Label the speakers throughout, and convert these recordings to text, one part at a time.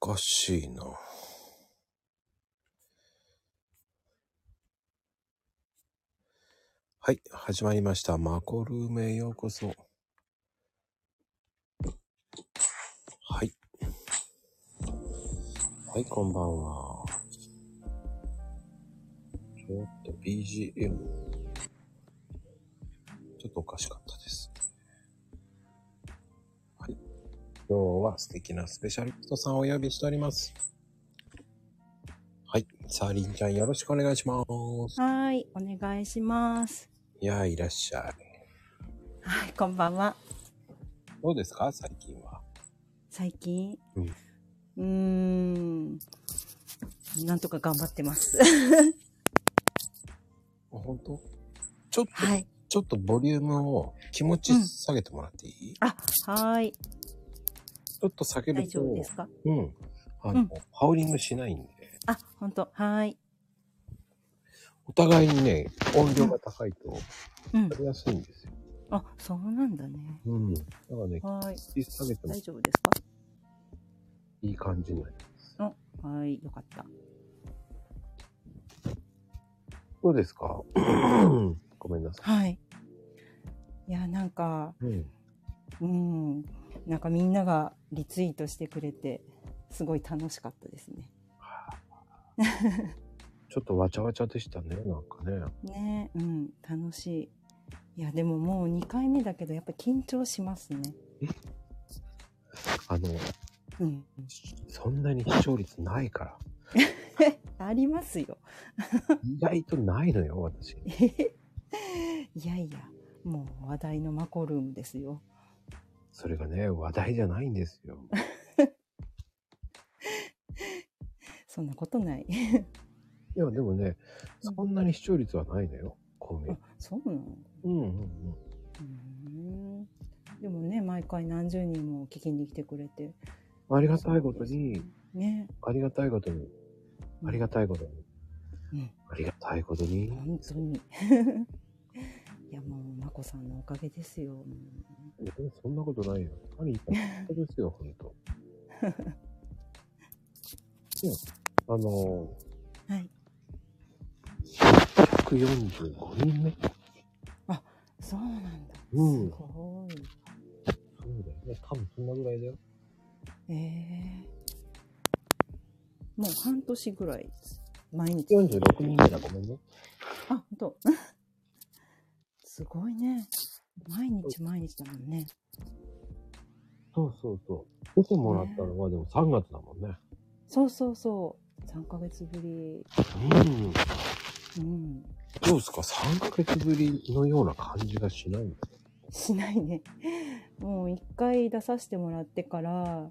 Speaker 1: かしいな。はい、始まりました。マコルームへようこそ。はい。はい、こんばんは。ちょっと BGM。ちょっとおかしかったです。はい。今日は素敵なスペシャリストさんをお呼びしております。はい。さあ、りんちゃんよろしくお願いします。
Speaker 2: はーい、お願いします。
Speaker 1: いやあ、いらっしゃい。
Speaker 2: はい、こんばんは。
Speaker 1: どうですか最近は。
Speaker 2: 最近
Speaker 1: うん
Speaker 2: うーん、なんとか頑張ってます。
Speaker 1: あ本当ちょっと、
Speaker 2: はい。
Speaker 1: ちょっとボリュームを気持ち下げてもらっていい、ち
Speaker 2: あ、はーい。
Speaker 1: ょっと下げる
Speaker 2: 大
Speaker 1: と、
Speaker 2: 丈夫で
Speaker 1: う
Speaker 2: すか
Speaker 1: ん。あの、
Speaker 2: うん
Speaker 1: ハウリングしないんで、
Speaker 2: あ、ほんと、はーい。
Speaker 1: お互いにね、音量が高いと、や
Speaker 2: うん。
Speaker 1: りやすいんですよ。
Speaker 2: あ、そうなんだね。
Speaker 1: うん。だからね、
Speaker 2: はーい。
Speaker 1: 気持ち下げても
Speaker 2: 大丈夫です
Speaker 1: いい感じになる。
Speaker 2: かお、はーい、よかった。
Speaker 1: どうです かごめんなさ
Speaker 2: はい。いや、なんか、
Speaker 1: い。うん。
Speaker 2: うん、なんかみんながリツイートしてくれて、すごい楽しかったですね。
Speaker 1: ちょっとわちゃわちゃでしたね、なんかね。
Speaker 2: ねえうん楽しいいやでももう2回目だけどやっぱ緊張しますね
Speaker 1: あの、
Speaker 2: うん
Speaker 1: そんなに視聴率ないから。
Speaker 2: ありますよ
Speaker 1: 意外とないのよ、私。
Speaker 2: いやいやもう話題のマコルームですよ
Speaker 1: それがね、話題じゃないんですよ。
Speaker 2: そんなことない
Speaker 1: いや、でもね、
Speaker 2: うん
Speaker 1: そんなに視聴率はないのよ、コメ
Speaker 2: あ。そうなの
Speaker 1: うんうんうん。
Speaker 2: うーんでもね毎回何十人も聞きに来てくれて
Speaker 1: ありがたいことに、
Speaker 2: ね
Speaker 1: ありがたいことに、ありがたいことに、
Speaker 2: うん
Speaker 1: ありがたいことに、
Speaker 2: 本当に いやもうマコさんのおかげですようん
Speaker 1: いやそんなことないよ。何言ったの本当ですよ、 本当。いや、あの
Speaker 2: はい
Speaker 1: ー、145人目
Speaker 2: そうなんだ、
Speaker 1: うん
Speaker 2: すごい
Speaker 1: そうだよね。多分そんなぐらいだよ。
Speaker 2: ええもう半年ぐらい毎日
Speaker 1: 46人目だ、ごめんね。
Speaker 2: あ本当 すごいね毎日毎日だもんね
Speaker 1: そうそうそう。出てもらったのは、でも3月だもんね。
Speaker 2: そうそうそう3ヶ月ぶり
Speaker 1: うん。
Speaker 2: うん
Speaker 1: どうですか ?3 ヶ月ぶりのような感じがしないんだよ。
Speaker 2: しないね もう一回出させてもらってから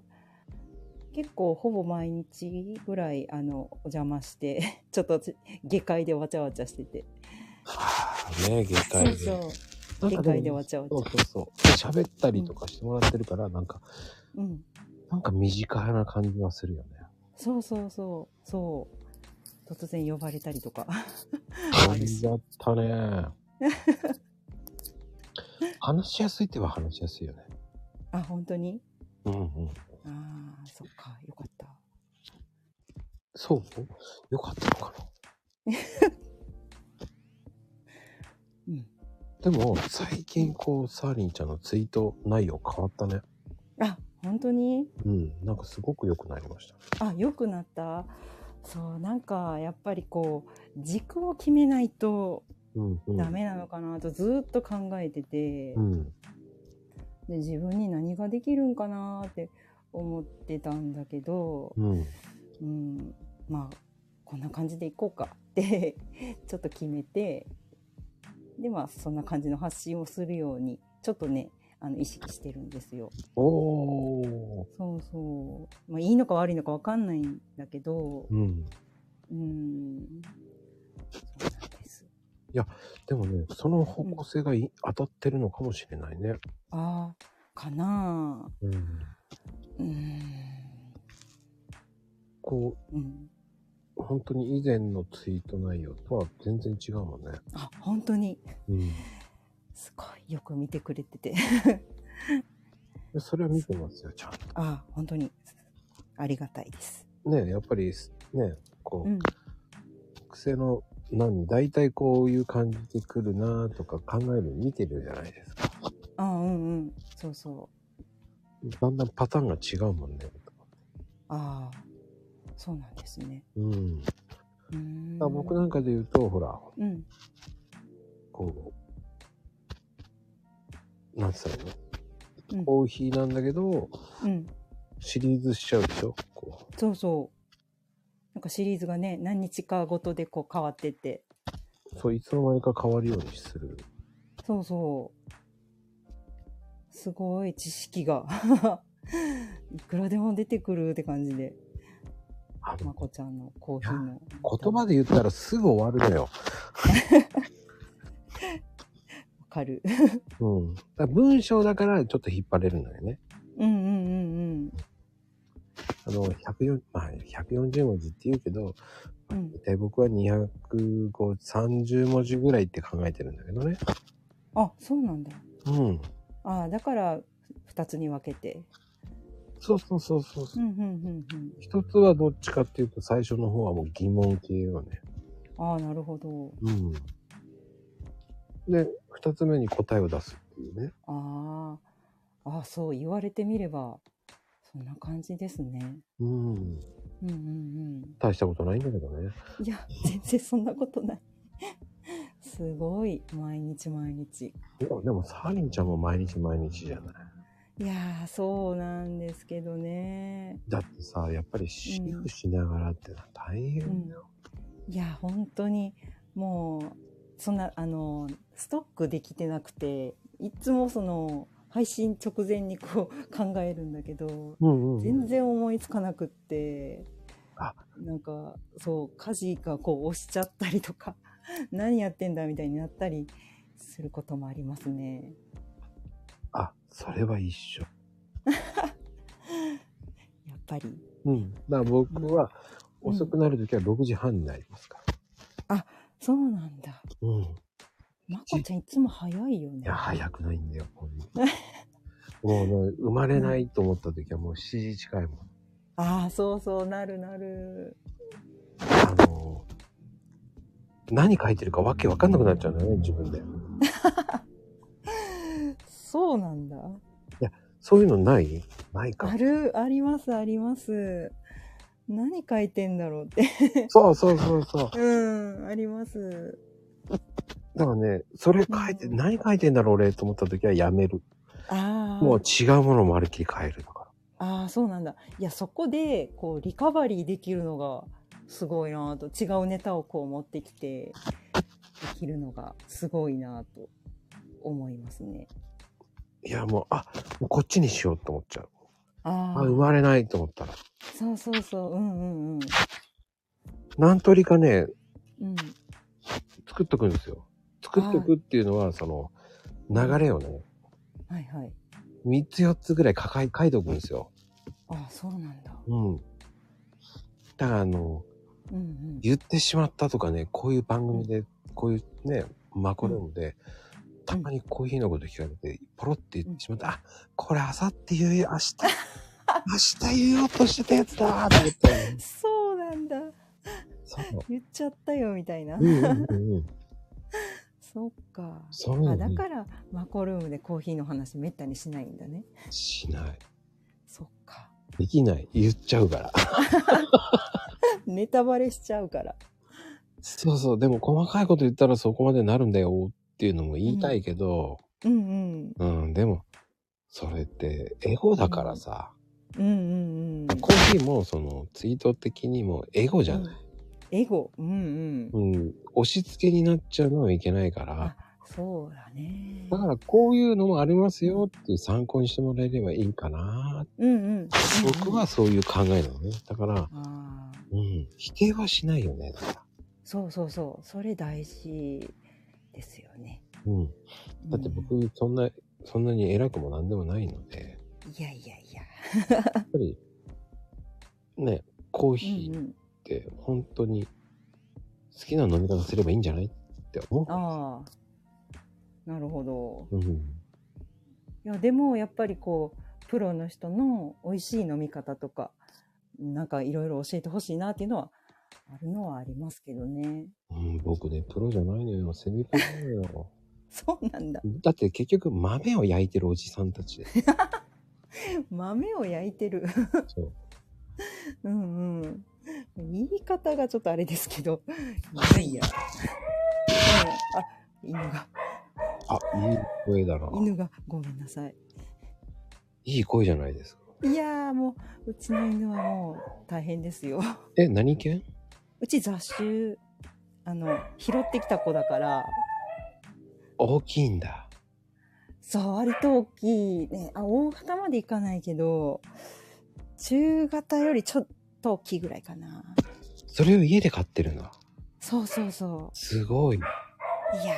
Speaker 2: 結構ほぼ毎日ぐらいあのお邪魔して ちょっと下界でわちゃわちゃしてて、
Speaker 1: はあ、ね下界で。
Speaker 2: そう
Speaker 1: な
Speaker 2: そう
Speaker 1: か
Speaker 2: ん下
Speaker 1: でも
Speaker 2: 界でわちゃわち
Speaker 1: そう
Speaker 2: ゃ
Speaker 1: そうそう。喋ったりとかしてもらってるから、なんか、
Speaker 2: うん
Speaker 1: なんか身近な感じはするよね。
Speaker 2: そうそうそうそう突然呼ばれたりとか
Speaker 1: ありだったね。話しやすいっては話しやすいよね。
Speaker 2: あ本当に
Speaker 1: うんうん。
Speaker 2: ああそっかよかった
Speaker 1: そうよかったのかな。
Speaker 2: うん
Speaker 1: でも、最近こう、サーリンちゃんのツイート内容変わったね。
Speaker 2: あ本当に
Speaker 1: うん。なんかすごく良くなりました。
Speaker 2: あ良くなったそうなんかやっぱりこう軸を決めないと
Speaker 1: うんうん。
Speaker 2: ダメなのかなとずーっと考えてて、
Speaker 1: うん。
Speaker 2: で自分に何ができるんかなって思ってたんだけど、
Speaker 1: うん。
Speaker 2: うん、まあこんな感じでいこうかって ちょっと決めてでまあそんな感じの発信をするようにちょっとねあの意識してるんですよ。
Speaker 1: おー。
Speaker 2: そうそう、まあ、いいのか悪いのかわかんないんだけど
Speaker 1: うん。
Speaker 2: うんそうなんです。
Speaker 1: でもね、その方向性がい、当たってるのかもしれないね。
Speaker 2: ああかなあ
Speaker 1: うん。
Speaker 2: うん、
Speaker 1: こ
Speaker 2: うん、
Speaker 1: う、本当に以前のツイート内容とは全然違うもんね。
Speaker 2: あ本当に
Speaker 1: うん。
Speaker 2: すごいよく見て くれてて
Speaker 1: でそれは見てますよ、ちゃんと。
Speaker 2: ああ本当にありがたいです。
Speaker 1: ね、やっぱりす、ね、こ
Speaker 2: う
Speaker 1: う、
Speaker 2: ん、
Speaker 1: 癖の、何、大体こういう感じで来るなとか考える、見てるじゃないですか。
Speaker 2: ああうんうんそうそう
Speaker 1: だんだんパターンが違うもんね。
Speaker 2: ああそうなんですね。
Speaker 1: うん。だか
Speaker 2: うーん
Speaker 1: ら僕なんかで言うと、ほら、
Speaker 2: うん
Speaker 1: こう、なんつったらいいの、
Speaker 2: うん
Speaker 1: コーヒーなんだけど、
Speaker 2: うん
Speaker 1: シリーズしちゃうでしょこ
Speaker 2: そうそうなんかシリーズがね何日かごとでこう変わってって
Speaker 1: う。そう、いつの間にか変わるようにする。
Speaker 2: そうそうすごい知識が いくらでも出てくるって感じで
Speaker 1: あ
Speaker 2: ま
Speaker 1: の、
Speaker 2: こちゃんのコーヒーの
Speaker 1: 言葉で言ったらすぐ終わるのよ。
Speaker 2: わかる
Speaker 1: うん。だから文章だからちょっと引っ張れるのよね。
Speaker 2: うんうんうん
Speaker 1: あの、140、まあ、140文字って言うけど、
Speaker 2: うんうん
Speaker 1: 大体僕は250、30文字ぐらいって考えてるんだけどね。
Speaker 2: あそうなんだ
Speaker 1: うん。
Speaker 2: ああだから2つに分けて
Speaker 1: そうそうそうそうそうう。
Speaker 2: んうんうんうん
Speaker 1: 一つはどっちかっていうと、最初の方はもう疑問系よね。
Speaker 2: ああなるほど
Speaker 1: うん。で、二つ目に答えを出すっていうね。
Speaker 2: ああああそう言われてみればそんな感じですね
Speaker 1: うん。
Speaker 2: うんうんうん
Speaker 1: 大したことないんだけどね。
Speaker 2: いや、全然そんなことない。 すごい、毎日毎日。
Speaker 1: でもでも、サーリンちゃんも毎日毎日じゃない。
Speaker 2: いやー、そうなんですけどね。
Speaker 1: だってさ、やっぱりシェフしながらってのは大変だよ。
Speaker 2: いや、本当に、もう、そんな、あの、ストックできてなくて、いつもその、配信直前にこう考えるんだけど、
Speaker 1: うんうん、
Speaker 2: 全然思いつかなくって、
Speaker 1: あ
Speaker 2: なんか、そう、家事がこう押しちゃったりとか、 何やってんだみたいになったりすることもありますね。
Speaker 1: あ、それは一緒。
Speaker 2: やっぱり。
Speaker 1: うん。だから僕は、
Speaker 2: うん
Speaker 1: 遅くなるときは6時半になりますから。
Speaker 2: そうなんだ。
Speaker 1: うん。い
Speaker 2: まこちゃんいつも早いよね。
Speaker 1: や、早くないんだよ、ほんと もうね、生まれないと思ったときはもう7時近いもん。
Speaker 2: ああ、そうそう、なるなる。
Speaker 1: あのー何書いてるかわけわかんなくなっちゃうんだよね、自分で。
Speaker 2: そうなんだ。
Speaker 1: そういうのないないか
Speaker 2: あ。る、あります、あります。何書いてんだろうって。
Speaker 1: そうそうそうそう。
Speaker 2: うん、あります。
Speaker 1: だからね、それ書いて、
Speaker 2: うん
Speaker 1: 何書いてんだろう俺と思った時はやめる。
Speaker 2: あ
Speaker 1: もう
Speaker 2: あ、
Speaker 1: 違うものをまるっきり変えるだか
Speaker 2: ああ、そうなんだ。いや、そこで、こう、リカバリーできるのが、すごいなぁと。違うネタをこう持ってきて、できるのが、すごいなぁと思いますね。
Speaker 1: ら。いや、もう、あ、もうこっちにしようと思っちゃう。
Speaker 2: あ
Speaker 1: あ、
Speaker 2: あ、
Speaker 1: 生まれないと思ったら。
Speaker 2: そうそうそう、うんうんうん。
Speaker 1: 何通りかね、
Speaker 2: うん、
Speaker 1: 作っとくんですよ。作っとくっていうのは、その、流れをね、
Speaker 2: はいはい。
Speaker 1: 3つ4つぐらい抱え、書いておくんですよ。
Speaker 2: ああそうなんだ。
Speaker 1: うん。だから、あの、
Speaker 2: うんうん。
Speaker 1: 言ってしまったとかね、こういう番組で、こういうね、マコルームで、たまにコーヒーのこと聞かれて、ポロって言ってしまった。あ、これあさって言うよ、明日。 明日言おうとしてたやつだと思って。
Speaker 2: そうなんだ。
Speaker 1: そう。
Speaker 2: 言っちゃったよみたいな
Speaker 1: う。んうんうんうん。
Speaker 2: そっか。
Speaker 1: そう
Speaker 2: あ
Speaker 1: いうの
Speaker 2: だ
Speaker 1: ね
Speaker 2: からマコルームでコーヒーの話めったにしないんだね。
Speaker 1: しない。
Speaker 2: そっか。
Speaker 1: できない。言っちゃうから。
Speaker 2: ネタバレしちゃうから。
Speaker 1: そうそう。でも細かいこと言ったらそこまでなるんだよっていうのも言いたいけど、
Speaker 2: うんうん。
Speaker 1: うん、でも、それってエゴだからさ、
Speaker 2: うんうんうん。
Speaker 1: コーヒーもそのツイート的にもエゴじゃない。
Speaker 2: エゴ。うんうん。
Speaker 1: うん、押し付けになっちゃうのはいけないから、
Speaker 2: そうだね
Speaker 1: だ。からこういうのもありますよっていう参考にしてもらえればいいかな。
Speaker 2: うんうん。
Speaker 1: 僕はそういう考えなのね。だから、
Speaker 2: ああ。
Speaker 1: うん、否定はしないよね。だから
Speaker 2: そうそうそう。それ大事ですよね。
Speaker 1: うん、だって
Speaker 2: うん
Speaker 1: 僕、そんな、そんなに偉くも何でもないので、
Speaker 2: いやいやいや。
Speaker 1: やっぱり、ね、コーヒ
Speaker 2: うんう
Speaker 1: ーっ
Speaker 2: ん。
Speaker 1: て本当に好きな飲み方すればいいんじゃないって思
Speaker 2: ああ。なるほど。
Speaker 1: う。うん。
Speaker 2: いやでもやっぱりこうプロの人の美味しい飲み方とかなんかいろいろ教えてほしいなっていうのは、あるのはありますけどね。
Speaker 1: うん、僕ね、プロじゃないのよ。セミプロなのよ。
Speaker 2: そうなんだ。
Speaker 1: だって結局豆を焼いてるおじさんたちで。
Speaker 2: 豆を焼いてる。
Speaker 1: そう。
Speaker 2: うんうん。言い方がちょっとあれですけど。いやいや。うんあ、犬が、
Speaker 1: あ、いい声だな。
Speaker 2: 犬が、ごめんなさい。
Speaker 1: いい声じゃないですか。
Speaker 2: いやーもう、うちの犬はもう大変ですよ。
Speaker 1: え、何犬
Speaker 2: うち雑種、あの、拾ってきた子だから、
Speaker 1: 大きいんだ。
Speaker 2: そう、割と大きい。ね、あ、大型までいかないけど、中型よりちょっと大きいぐらいかな。
Speaker 1: それを家で飼ってるんだ。
Speaker 2: そうそうそ
Speaker 1: すごい。
Speaker 2: う。いや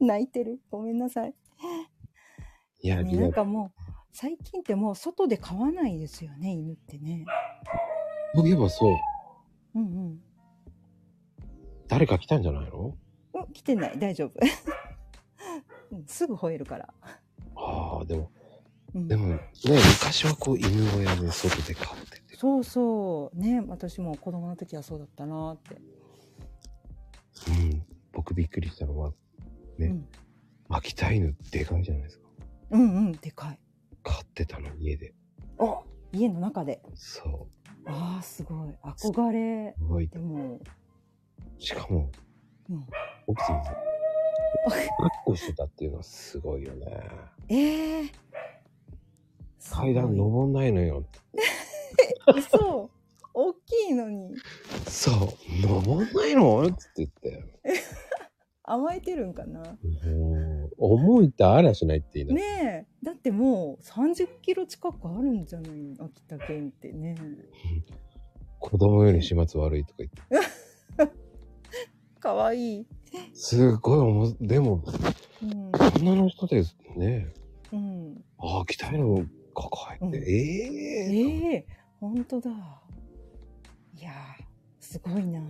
Speaker 2: ー、 泣いてる。ごめんなさい。
Speaker 1: いや、
Speaker 2: ね、
Speaker 1: リ
Speaker 2: な
Speaker 1: ア
Speaker 2: ん
Speaker 1: ル。
Speaker 2: かもう、最近ってもう外で飼わないですよね、犬ってね。
Speaker 1: そういえばそう。
Speaker 2: うんうん。
Speaker 1: 誰か来たんじゃないの
Speaker 2: うん、来てない。大丈夫。 うんすぐ吠えるから。
Speaker 1: ああ、でも、
Speaker 2: うん、
Speaker 1: でもね、昔はこう犬小屋で外で飼ってて。
Speaker 2: そうそう。ね、私も子供の時はそうだったなーって。
Speaker 1: うん。僕びっくりしたのは、ね、
Speaker 2: うん
Speaker 1: 秋田犬でかいじゃないですか。
Speaker 2: うんうん、でかい。
Speaker 1: 飼ってたの、家で。
Speaker 2: あ家の中で。
Speaker 1: そ
Speaker 2: ああ、すごい。憧れ。
Speaker 1: う。動い
Speaker 2: で
Speaker 1: て。
Speaker 2: も、
Speaker 1: しかも、
Speaker 2: うん、
Speaker 1: 奥さんも、抱っこしてたっていうのはすごいよね。
Speaker 2: ええー。すごい
Speaker 1: 階段登んないのよ。
Speaker 2: 嘘大きいのに
Speaker 1: そう、登んないのって言って。
Speaker 2: 甘えてるんかな
Speaker 1: もう、思いってあらしないって言いながら
Speaker 2: ねえだってもう30キロ近くあるんじゃない秋田県ってね
Speaker 1: 子供より始末悪いとか言って。
Speaker 2: かわいい
Speaker 1: すごい思う、でも、
Speaker 2: うん
Speaker 1: 女の人でね、
Speaker 2: うん
Speaker 1: ああ、来たの抱えて、
Speaker 2: うん
Speaker 1: ええ
Speaker 2: ええ本当だいやーすごいな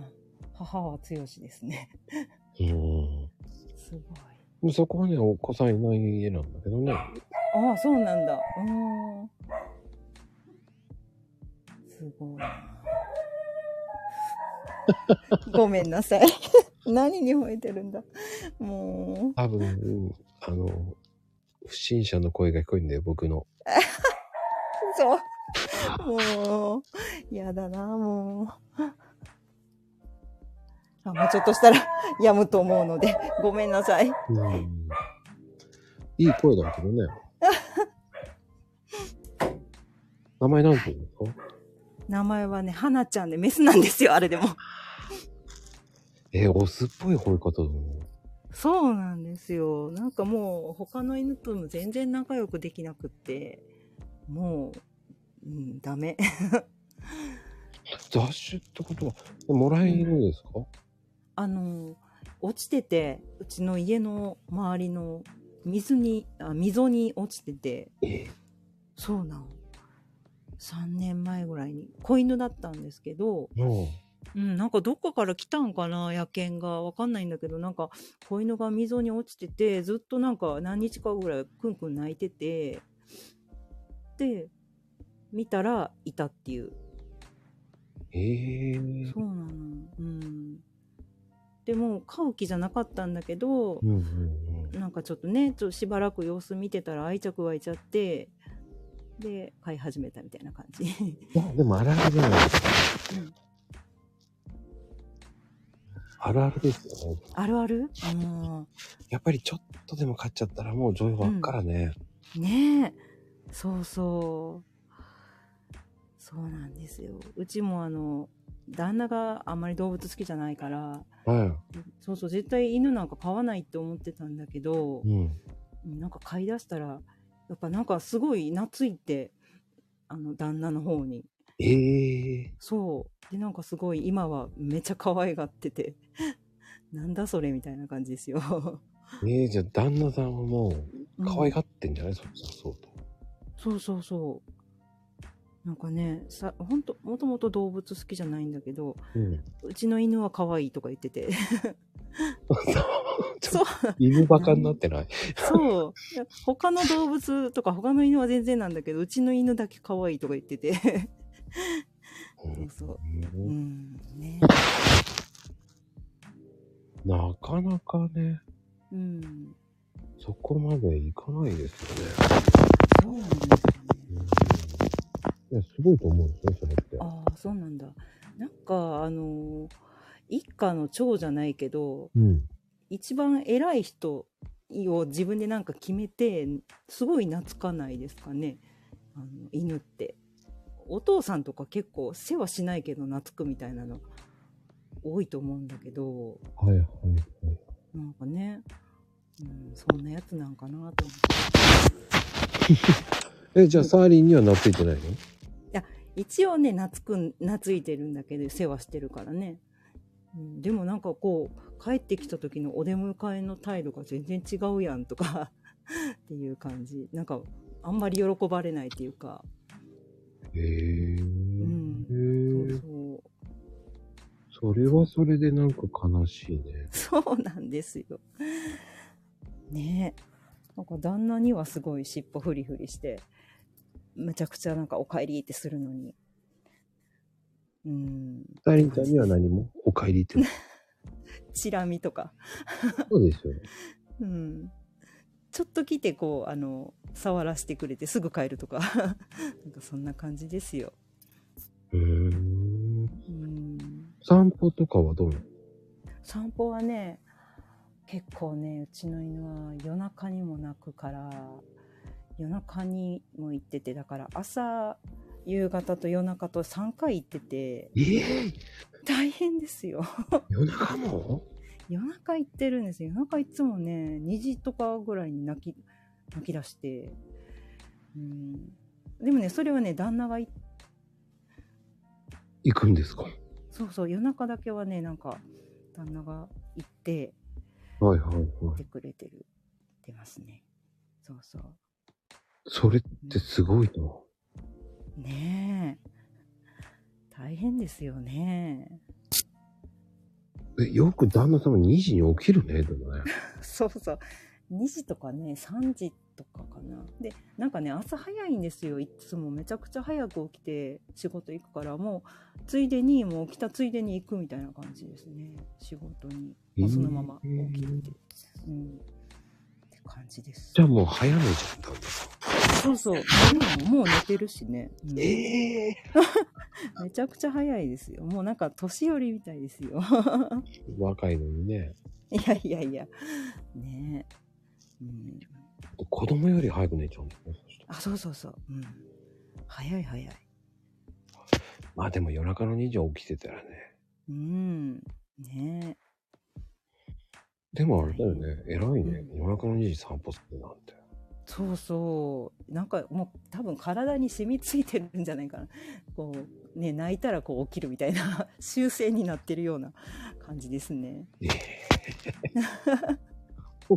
Speaker 2: 母は強しですね
Speaker 1: うん
Speaker 2: すごい
Speaker 1: で。そこはね、お子さんいない家なんだけどね。
Speaker 2: ああそうなんだうんすごい なごめんなさい 何に吠えてるんだも
Speaker 1: 多分、うんあの、不審者の声が聞こえるんだよ、僕の。
Speaker 2: うそうもうやだなもうあもうちょっとしたらやむと思うのでごめんなさい
Speaker 1: うんいい声だけどね。 名前なんて言うんですか
Speaker 2: 名前はねはなちゃんでメスなんですよあれでも
Speaker 1: えー、オスっぽい吠え方だな。
Speaker 2: そうなんですよ。なんかもう他の犬とも全然仲良くできなくって、もう、うん、ダメ。
Speaker 1: 雑種ってことは、もらえるんですか、
Speaker 2: あの、落ちてて、うちの家の周りの水に、あ溝に落ちてて、
Speaker 1: え
Speaker 2: そうなの。3年前ぐらいに、子犬だったんですけど、
Speaker 1: ーも
Speaker 2: うん、なんかどっかから来たんかな、野犬が。わかんないんだけど、なんか子犬が溝に落ちてて、ずっとなんか何日かぐらいくんくん泣いてて、で、見たらいたっていう。
Speaker 1: う、えー
Speaker 2: そうなの。うん。でも、飼う気じゃなかったんだけど
Speaker 1: う、んうんうん。
Speaker 2: なんかちょっとね、ちょっとしばらく様子見てたら愛着湧いちゃって、で、飼い始めたみたいな感じ。
Speaker 1: いや、でもあるあるじゃないですか。
Speaker 2: うん
Speaker 1: あるあるですよね。
Speaker 2: あるあるうん。
Speaker 1: やっぱりちょっとでも買っちゃったらもう上位ばっからね。
Speaker 2: ねえそうそうそうなんですようちもあの旦那があんまり動物好きじゃないから
Speaker 1: は
Speaker 2: そうそう絶対犬なんか飼わないって思ってたんだけど
Speaker 1: い。、うん。
Speaker 2: なんか飼い出したらやっぱなんかすごい懐いてあの旦那の方に
Speaker 1: ええ
Speaker 2: そうでなんかすごい今はめちゃ可愛がってて なんだそれみたいな感じですよ
Speaker 1: ー、えー、じゃあ旦那さんはもう可愛がってんじゃない、そっちの相当。
Speaker 2: そうそうそう。なんかね、さ、ほんと、もともと動物好きじゃないんだけど、
Speaker 1: うん。
Speaker 2: うちの犬は可愛いとか言ってて。
Speaker 1: ち
Speaker 2: そ
Speaker 1: ょ
Speaker 2: う
Speaker 1: っと、犬バカになってない。
Speaker 2: そう。いや他の動物とか他の犬は全然なんだけど、うちの犬だけ可愛いとか言ってて。そうそう。う
Speaker 1: うん
Speaker 2: ん、ね。
Speaker 1: なかなかね、
Speaker 2: うん。
Speaker 1: そこまでいかないですよね。
Speaker 2: そうなんですかね。
Speaker 1: いや、すごいと思うんですよ、それって。
Speaker 2: ああ、そうなんだ。なんか、あのー一家の長じゃないけど、
Speaker 1: うん。
Speaker 2: 一番偉い人を自分でなんか決めて、すごい懐かないですかね。あの、犬って。お父さんとか結構世話しないけど懐くみたいなの多いと思うんだけど、
Speaker 1: はいはいはい。
Speaker 2: なんかね、うん、そんなやつなんかなと思って。
Speaker 1: え、じゃあ、サーリンには懐いてないの
Speaker 2: 一応ね懐くん懐いてるんだけど世話してるからねうんでもなんかこう帰ってきた時のお出迎えの態度が全然違うやんとか っていう感じなんかあんまり喜ばれないっていうか
Speaker 1: へえ。
Speaker 2: そう
Speaker 1: へえ。それはそれでなんか悲しいね。
Speaker 2: そうそうなんですよねえなんか旦那にはすごい尻尾フリフリしてめちゃくちゃなんか「お帰り」ってするのにうん
Speaker 1: サーリンちゃんには何もお帰り ってない。
Speaker 2: チラ見とか
Speaker 1: そうですよね。
Speaker 2: うん、ちょっと来てこうあの触らせてくれてすぐ帰るとか なんかそんな感じですよ。
Speaker 1: うーん。
Speaker 2: うん
Speaker 1: 散歩とかはどうなの
Speaker 2: 散歩はね結構ねうちの犬は夜中にも鳴くから夜中にも行っててだから朝夕方と夜中と3回行ってて
Speaker 1: ええ
Speaker 2: 大変ですよ。
Speaker 1: 夜中も
Speaker 2: 夜中行ってるんですよ夜中いつもね2時とかぐらいに泣き泣き出してうんでもねそれはね旦那がい
Speaker 1: 行くんですか
Speaker 2: そうそう夜中だけはねなんか旦那が行って
Speaker 1: はいはい
Speaker 2: 行っ
Speaker 1: はい
Speaker 2: て。くれてる出ますねそうそう
Speaker 1: それってすごいな。
Speaker 2: ねえ大変ですよね
Speaker 1: えよく旦那様2時に起きるね、でもね。
Speaker 2: そうそう2時とかね3時とかかなでなんかね朝早いんですよいつもめちゃくちゃ早く起きて仕事行くからもうついでにもう起きたついでに行くみたいな感じですね仕事にもうそのまま起きるっていう、うん、って感じです
Speaker 1: じゃあもう早めちゃったんだ。
Speaker 2: そうそうでももう寝てるしね、うん
Speaker 1: ええ
Speaker 2: めちゃくちゃ早いですよもうなんか年寄りみたいですよ
Speaker 1: 若いのにね。
Speaker 2: いやいやいやねえ、うん、
Speaker 1: 子供より早く寝ちゃうんだね。そしたら
Speaker 2: あそうそうそう、うん、早い早い
Speaker 1: まあでも夜中の2時は起きてたらね。
Speaker 2: うん。ね
Speaker 1: でもあれだよね。偉いね。
Speaker 2: うん
Speaker 1: 夜中の2時散歩するなんて。
Speaker 2: え。そうそう。なんかもう多分体に染みついてるんじゃないかな。こう、ね、泣いたらこう起きるみたいな 習性になってるような感じですね。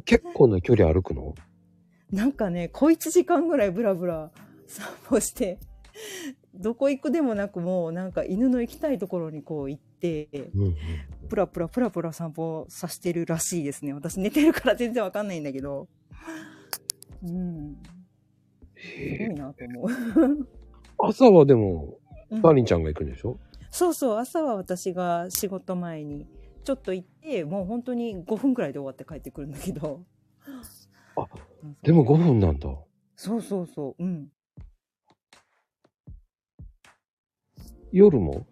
Speaker 1: 結構な距離歩くの
Speaker 2: なんかね、小一時間ぐらいブラブラ散歩して、どこ行くでもなくもうなんか犬の行きたいところにこう行って、
Speaker 1: うんうん。
Speaker 2: プラプラプラプラ散歩させてるらしいですね。私寝てるから全然わかんないんだけど。うん。すご
Speaker 1: へえ
Speaker 2: いなと思う。
Speaker 1: 朝はでも、
Speaker 2: うん
Speaker 1: パリンちゃんが行くんでしょ
Speaker 2: そうそう朝は私が仕事前にちょっと行ってもう本当に5分くらいで終わって帰ってくるんだけど
Speaker 1: あでも5分なんだ。
Speaker 2: そうそうそううん
Speaker 1: 夜も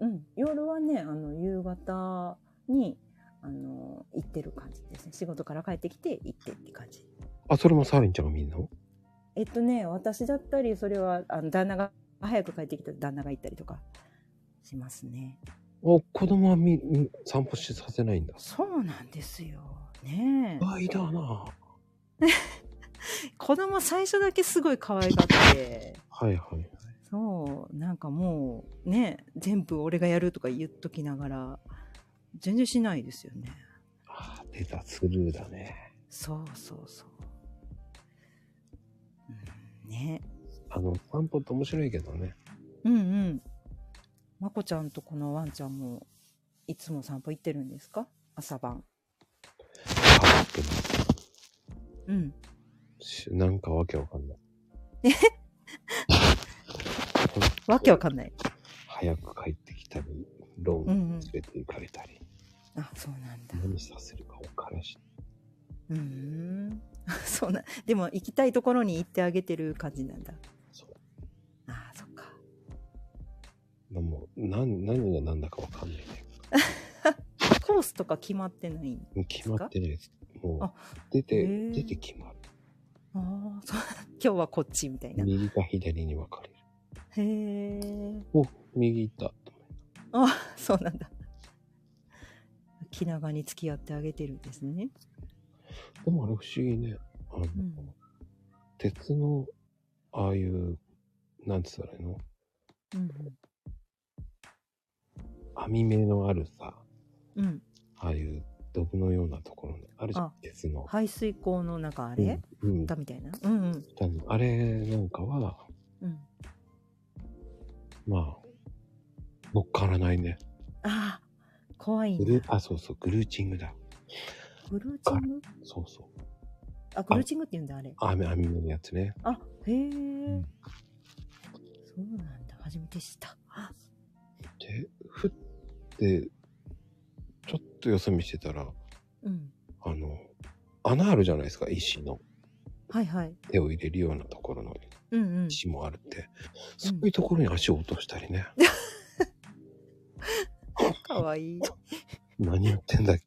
Speaker 2: うん夜はねあの夕方にあの行ってる感じですね仕事から帰ってきて行ってって感じ
Speaker 1: あ、それもサーリンちゃんが見んの
Speaker 2: えっとね私だったりそれはあの旦那が早く帰ってきた旦那が行ったりとかしますね
Speaker 1: お子供はみみ散歩しさせないんだ。
Speaker 2: そうなんですよねえ
Speaker 1: 倍だな。
Speaker 2: 子供最初だけすごい可愛がって
Speaker 1: はいはい。
Speaker 2: そうなんかもうね全部俺がやるとか言っときながら全然しないですよね
Speaker 1: あー出た、スルーだね。
Speaker 2: そうそうそう、うん、ね
Speaker 1: あの、散歩って面白いけどね。
Speaker 2: うんうんまこちゃんとこのワンちゃんもいつも散歩行ってるんですか朝晩
Speaker 1: あーでも
Speaker 2: うん
Speaker 1: しなんかわけわかんない。と
Speaker 2: わけわかんない。
Speaker 1: 早く帰ってきたり、ローン
Speaker 2: うんうん
Speaker 1: 連れて行かれたり、
Speaker 2: あ、そうなんだ。
Speaker 1: 何させるかおからし。
Speaker 2: うーん。 そうな、でも行きたいところに行ってあげてる感じなんだ。
Speaker 1: そう。
Speaker 2: ああ、そっか。
Speaker 1: でもう、何、何が何だかわかんないね。
Speaker 2: コースとか決まってない。
Speaker 1: 決まってないです。も
Speaker 2: あ
Speaker 1: う、出て
Speaker 2: へ、ー
Speaker 1: 出て決まる。
Speaker 2: ああ、そう。 今日はこっちみたいな。へ
Speaker 1: 右か左に分かれる。
Speaker 2: え。
Speaker 1: お、右行った。
Speaker 2: あ、 そうなんだ。気長に付き合ってあげてるんですね。
Speaker 1: でもあれ不思議ね。あの、
Speaker 2: ん
Speaker 1: 鉄の、ああいう、なんつったらいいの
Speaker 2: うん。
Speaker 1: 網目のあるさ、
Speaker 2: うん。
Speaker 1: ああいう毒のようなところにあるじゃん
Speaker 2: あ。
Speaker 1: 鉄の。
Speaker 2: 排水口の中あれ、
Speaker 1: うん、うん
Speaker 2: だみたいな。うんうん。
Speaker 1: 多分あれなんかは、
Speaker 2: うん。
Speaker 1: まあ、乗っからないね。
Speaker 2: ああ、怖い
Speaker 1: グ
Speaker 2: ん
Speaker 1: ル
Speaker 2: だ。
Speaker 1: あ、そうそう、グルーチングだ。
Speaker 2: グルーチング
Speaker 1: そうそう。
Speaker 2: あ、グルーチングって言うんだ、あれ。
Speaker 1: 網、網目のやつね。
Speaker 2: あ、へえ、
Speaker 1: ん
Speaker 2: そうなんだ。初めて知った。あ
Speaker 1: で、ふって、ちょっとよそ見してたら、
Speaker 2: うん。
Speaker 1: あの、穴あるじゃないですか、石の。
Speaker 2: はいはい。
Speaker 1: 手を入れるようなところの
Speaker 2: うん うん。
Speaker 1: 石もあるって、そういうところに足を落としたりね。
Speaker 2: かわいい。
Speaker 1: 何やってんだっけ。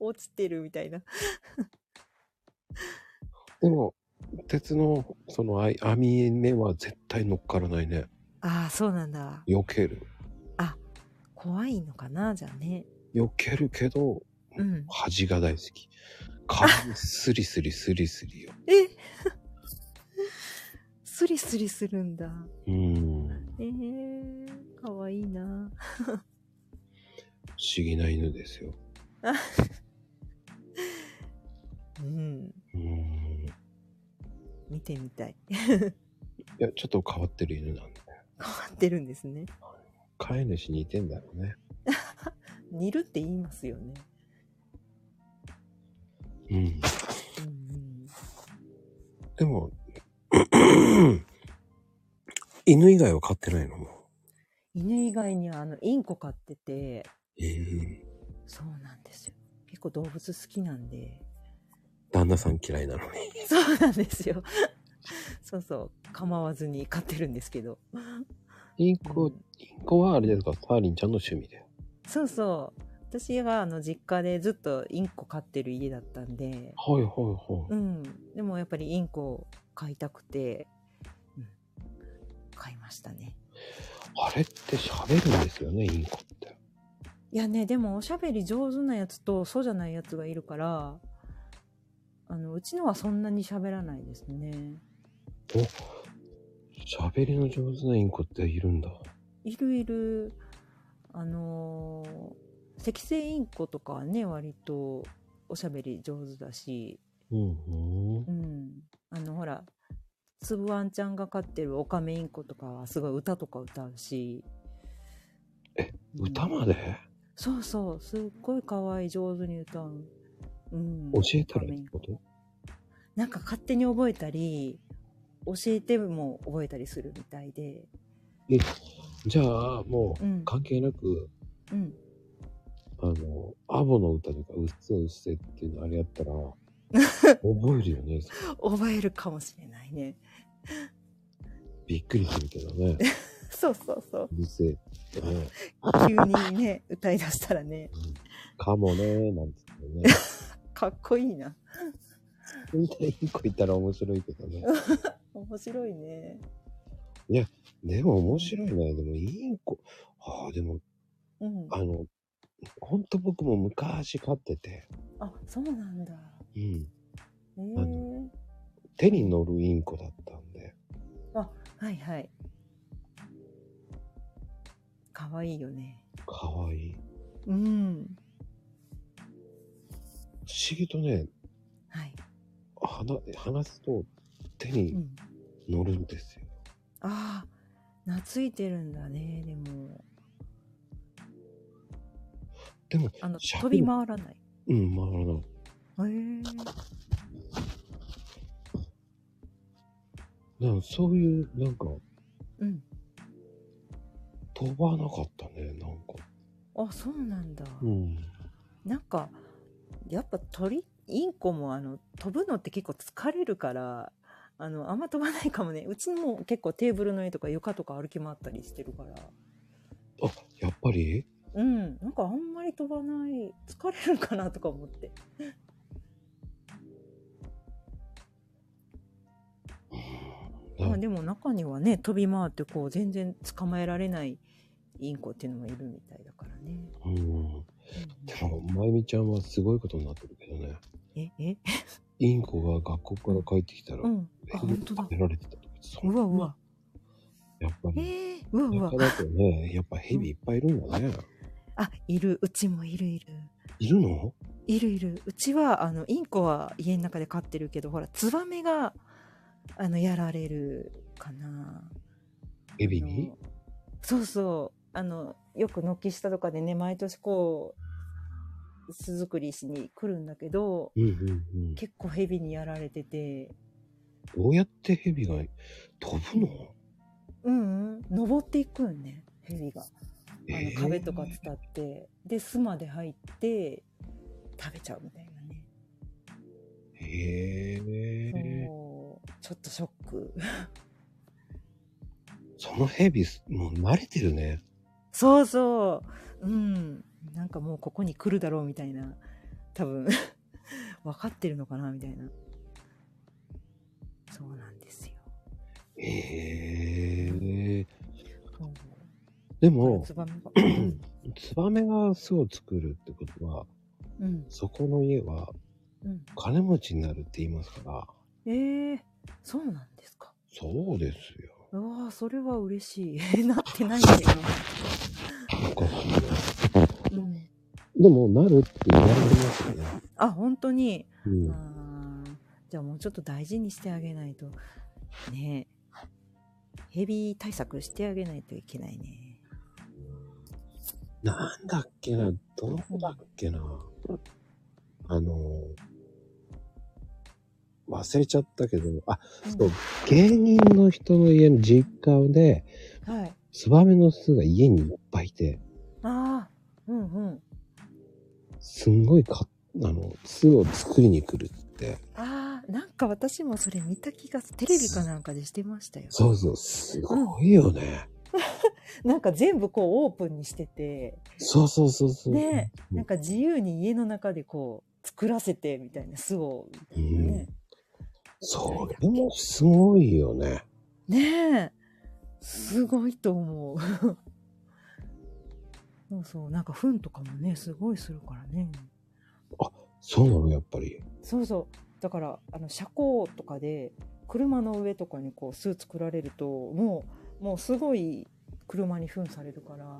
Speaker 2: 落ちてるみたいな。
Speaker 1: でも、鉄の、そのあい網目は絶対乗っからないね。
Speaker 2: ああ、そうなんだ。
Speaker 1: 避ける。
Speaker 2: 怖いのかな、じゃあね。
Speaker 1: 避けるけど、
Speaker 2: うん。
Speaker 1: 端が大好き。壁にスリスリスリスリよ。
Speaker 2: え スリスリするんだ。
Speaker 1: うーん。
Speaker 2: ええかわいいな。
Speaker 1: 不思議な犬ですよ。
Speaker 2: うん。
Speaker 1: うーん。い
Speaker 2: 見てみたい。
Speaker 1: や、ちょっと変わってる犬なんで。
Speaker 2: 変わってるんですね。
Speaker 1: 飼い主似てんだろうね。
Speaker 2: 煮るって言いますよね。
Speaker 1: うん。
Speaker 2: うん
Speaker 1: でも、 犬以外は飼ってないのも
Speaker 2: うん、犬以外にはあのインコ飼ってて
Speaker 1: う。ええ
Speaker 2: そうなんですよ結構動物好きなんで
Speaker 1: 旦那さん嫌いなのに。
Speaker 2: そうなんですよ そうそう構わずに飼ってるんですけど、
Speaker 1: イン
Speaker 2: う
Speaker 1: コ、
Speaker 2: ん
Speaker 1: インコはあれですか、サーリンちゃんの趣味で。
Speaker 2: そうそう私はあの実家でずっとインコ飼ってる家だったんで
Speaker 1: はいはいは
Speaker 2: う
Speaker 1: い。
Speaker 2: んでもやっぱりインコを飼いたくて、うん、飼いましたね
Speaker 1: あれって喋るんですよね、インコって。
Speaker 2: いやね、でもおしゃべり上手なやつとそうじゃないやつがいるから、あの、うちのはそんなに喋らないですね。
Speaker 1: 喋りの上手なインコっているんだ。
Speaker 2: いるいる、あのー、赤星インコとかはね、割とおしゃべり上手だし、
Speaker 1: うん、うん
Speaker 2: う。ん。あの、ほら、つぶあんちゃんが飼ってるオカメインコとかはすごい歌とか歌うし。
Speaker 1: え
Speaker 2: うん、
Speaker 1: 歌まで
Speaker 2: そうそう、すっごい可愛い上手に歌う。うん。
Speaker 1: 教えた
Speaker 2: オ
Speaker 1: ら
Speaker 2: カメ
Speaker 1: い
Speaker 2: イン
Speaker 1: い
Speaker 2: コ
Speaker 1: こと
Speaker 2: なんか勝手に覚えたり、教えても覚えたりするみたいで。
Speaker 1: じゃあ、も
Speaker 2: うん
Speaker 1: う、。関係なく、
Speaker 2: うん。
Speaker 1: あの、アボの歌とか、うっせうっせっていうのあれやった ら、覚えるよね。
Speaker 2: 覚えるかもしれないね。
Speaker 1: びっくりするけどね。
Speaker 2: そうそうそう。
Speaker 1: うるせえってね。
Speaker 2: 急にね、歌い出したらね、
Speaker 1: かもねなんつってね。
Speaker 2: かっこいいな。
Speaker 1: みたいに個いたら面白いけどね。
Speaker 2: 面白いね。
Speaker 1: でも面白いね。でもインコ。ああ、でも、
Speaker 2: うん。
Speaker 1: あの、ほんと僕も昔飼ってて、
Speaker 2: あ、そうなんだ。
Speaker 1: うん。
Speaker 2: ええ
Speaker 1: あ手に乗るインコだったんで、
Speaker 2: はいはい。かわいいよね。
Speaker 1: かわいい。
Speaker 2: うん。
Speaker 1: 不思議とね、
Speaker 2: はい。
Speaker 1: 話、話すと手
Speaker 2: う
Speaker 1: に
Speaker 2: ん。
Speaker 1: 乗るんですよ。
Speaker 2: ああ、懐いてるんだね、でも。
Speaker 1: でも、
Speaker 2: あの、
Speaker 1: しゃ
Speaker 2: 飛
Speaker 1: べる
Speaker 2: び回らない。
Speaker 1: うん、まあ、あの、
Speaker 2: へえ
Speaker 1: なんかそういう、なんか、
Speaker 3: うん。
Speaker 1: 飛ばなかったね、なんか。
Speaker 2: あそうなんだ、
Speaker 1: うん。
Speaker 2: なんかやっぱ鳥インコもあの飛ぶのって結構疲れるからあのあんま飛ばないかもねうちも結構テーブルの上とか床とか歩き回ったりしてるから
Speaker 1: あ、やっぱり
Speaker 2: うんなんかあんまり飛ばない疲れるかなとか思って
Speaker 1: うん
Speaker 2: まあでも中にはね飛び回ってこう全然捕まえられないインコっていうのもいるみたいだからね、
Speaker 1: うん。でも、まゆみちゃんはすごいことになってるけどね。
Speaker 2: うんええ
Speaker 1: インコが学校から帰ってきたら、
Speaker 2: うん
Speaker 1: 部屋
Speaker 2: あ本
Speaker 1: に
Speaker 2: 当だ
Speaker 1: 食べられてたとか、そう
Speaker 2: わうわ
Speaker 1: やっぱ
Speaker 2: え
Speaker 1: り、
Speaker 2: ー、うわうわ
Speaker 1: 中だとね、やっぱヘビいっぱいいるんだね。
Speaker 2: あいるうちもいるいる
Speaker 1: いるの
Speaker 2: いるいるうちはあのインコは家の中で飼ってるけどほらツバメがあのやられるかな
Speaker 1: ヘビに
Speaker 2: あのそうそうあのよく軒下とかでね毎年こう巣作りしに来るんだけど
Speaker 1: うんうんうん。
Speaker 2: 結構ヘビにやられてて
Speaker 1: どうやってヘビが飛ぶの
Speaker 2: うんうん登っていくよねヘビがあ
Speaker 1: え
Speaker 2: の
Speaker 1: ー
Speaker 2: 壁とか伝ってで巣まで入って食べちゃうみたいなね
Speaker 1: へえ。
Speaker 2: そうちょっとショック
Speaker 1: そのヘビ、もう慣れてるね。
Speaker 2: そうそう。うん。なんかもうここに来るだろうみたいな。多分、 分かってるのかなみたいな。そうなんですよ。
Speaker 1: へえ。
Speaker 2: そう
Speaker 1: でも、
Speaker 2: ツバメが。
Speaker 1: ツバメが巣を作るってことは、
Speaker 2: うん。
Speaker 1: そこの家は
Speaker 2: うん。
Speaker 1: 金持ちになるって言いますから、
Speaker 2: ええそうなんですか。
Speaker 1: そうですよ。
Speaker 2: うわあ、それは嬉しい。 なってないんだけど。
Speaker 1: なんか
Speaker 2: うん。
Speaker 1: でも、なるって言われますよね。
Speaker 2: あ、本当に。
Speaker 1: うん。
Speaker 2: あーじゃあもうちょっと大事にしてあげないと。ねえ。ヘビ対策してあげないといけないね。
Speaker 1: なんだっけな、どの子だっけな。あの、忘れちゃったけど、あ、そう、芸人の人の家の実家で、
Speaker 2: はい。
Speaker 1: ツバメの巣が家にいっぱいいて、
Speaker 2: ああ、うんうん。
Speaker 1: すんごいか、あの、巣を作りに来るって。
Speaker 2: ああ、なんか私もそれ見た気がす、テレビかなんかでしてましたよ。
Speaker 1: そうそう、すごいよね。
Speaker 2: なんか全部こうオープンにしてて、
Speaker 1: そうそうそうそう。
Speaker 2: ね
Speaker 1: う
Speaker 2: え、
Speaker 1: ん
Speaker 2: なんか自由に家の中でこう作らせてみたいな巣を、
Speaker 1: うん
Speaker 2: ね
Speaker 1: それもすごいよね。
Speaker 2: え。ねえ、すごいと思う。 そうそう、なんか糞とかもね、すごいするからね。
Speaker 1: そうなの、やっぱり。
Speaker 2: そうそう。だから、あの、車高とかで、車の上とかにこう巣作られると、もう、もうすごい車に糞されるから、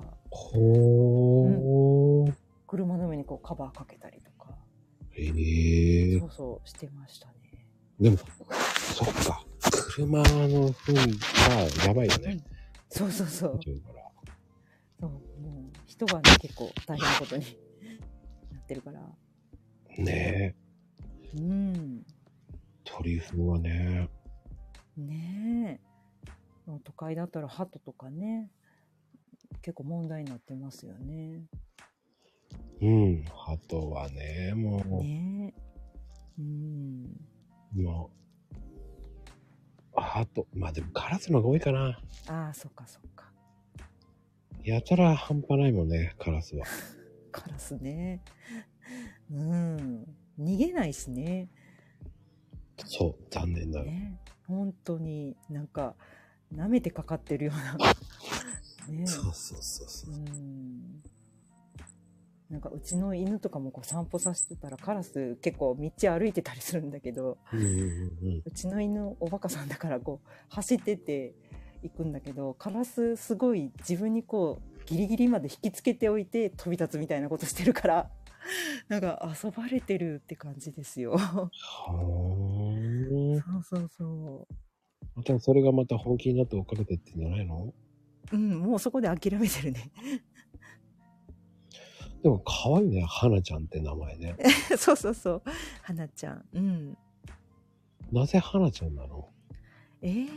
Speaker 1: ほー。
Speaker 2: 車の上にこうカバーかけたりとか、
Speaker 1: ええ
Speaker 2: そうそうしてましたね。
Speaker 1: でも、そっか。車の糞がやばいよね。
Speaker 2: そうそうそう。
Speaker 1: だから
Speaker 2: そうもう一晩で結構大変なことになってるから。
Speaker 1: ねえ、
Speaker 2: うん。
Speaker 1: 鳥糞はね、
Speaker 2: ねえ。もう都会だったら鳩とかね、結構問題になってますよね。
Speaker 1: うん、鳩はね、もう、
Speaker 2: ねえ。うん。
Speaker 1: もう、鳩、まあでもカラスの方が多いかな。
Speaker 2: ああ、そっかそっか。
Speaker 1: やたら半端ないもんね、カラスは。
Speaker 2: カラスね。うん。逃げないしね。
Speaker 1: そう、残念だ。
Speaker 2: ね、本当になんか舐めてかかってるような ね
Speaker 1: そうそうそうそうう。
Speaker 2: んなんかうちの犬とかもこう散歩させてたらカラス結構道歩いてたりするんだけど
Speaker 1: うんうんうん。
Speaker 2: うちの犬おバカさんだからこう走ってて行くんだけどカラスすごい自分にこうギリギリまで引きつけておいて飛び立つみたいなことしてるからなんか遊ばれてるって感じですよ。
Speaker 1: はーん。
Speaker 2: そうそうそう
Speaker 1: またそれがまた本気になって追っかけてってんじゃないの
Speaker 2: うん、もうそこで諦めてるね。
Speaker 1: でも可愛いね、花ちゃんって名前ね。
Speaker 2: そうそうそう。花ちゃん。うん。
Speaker 1: なぜ花ちゃんなの
Speaker 2: えー、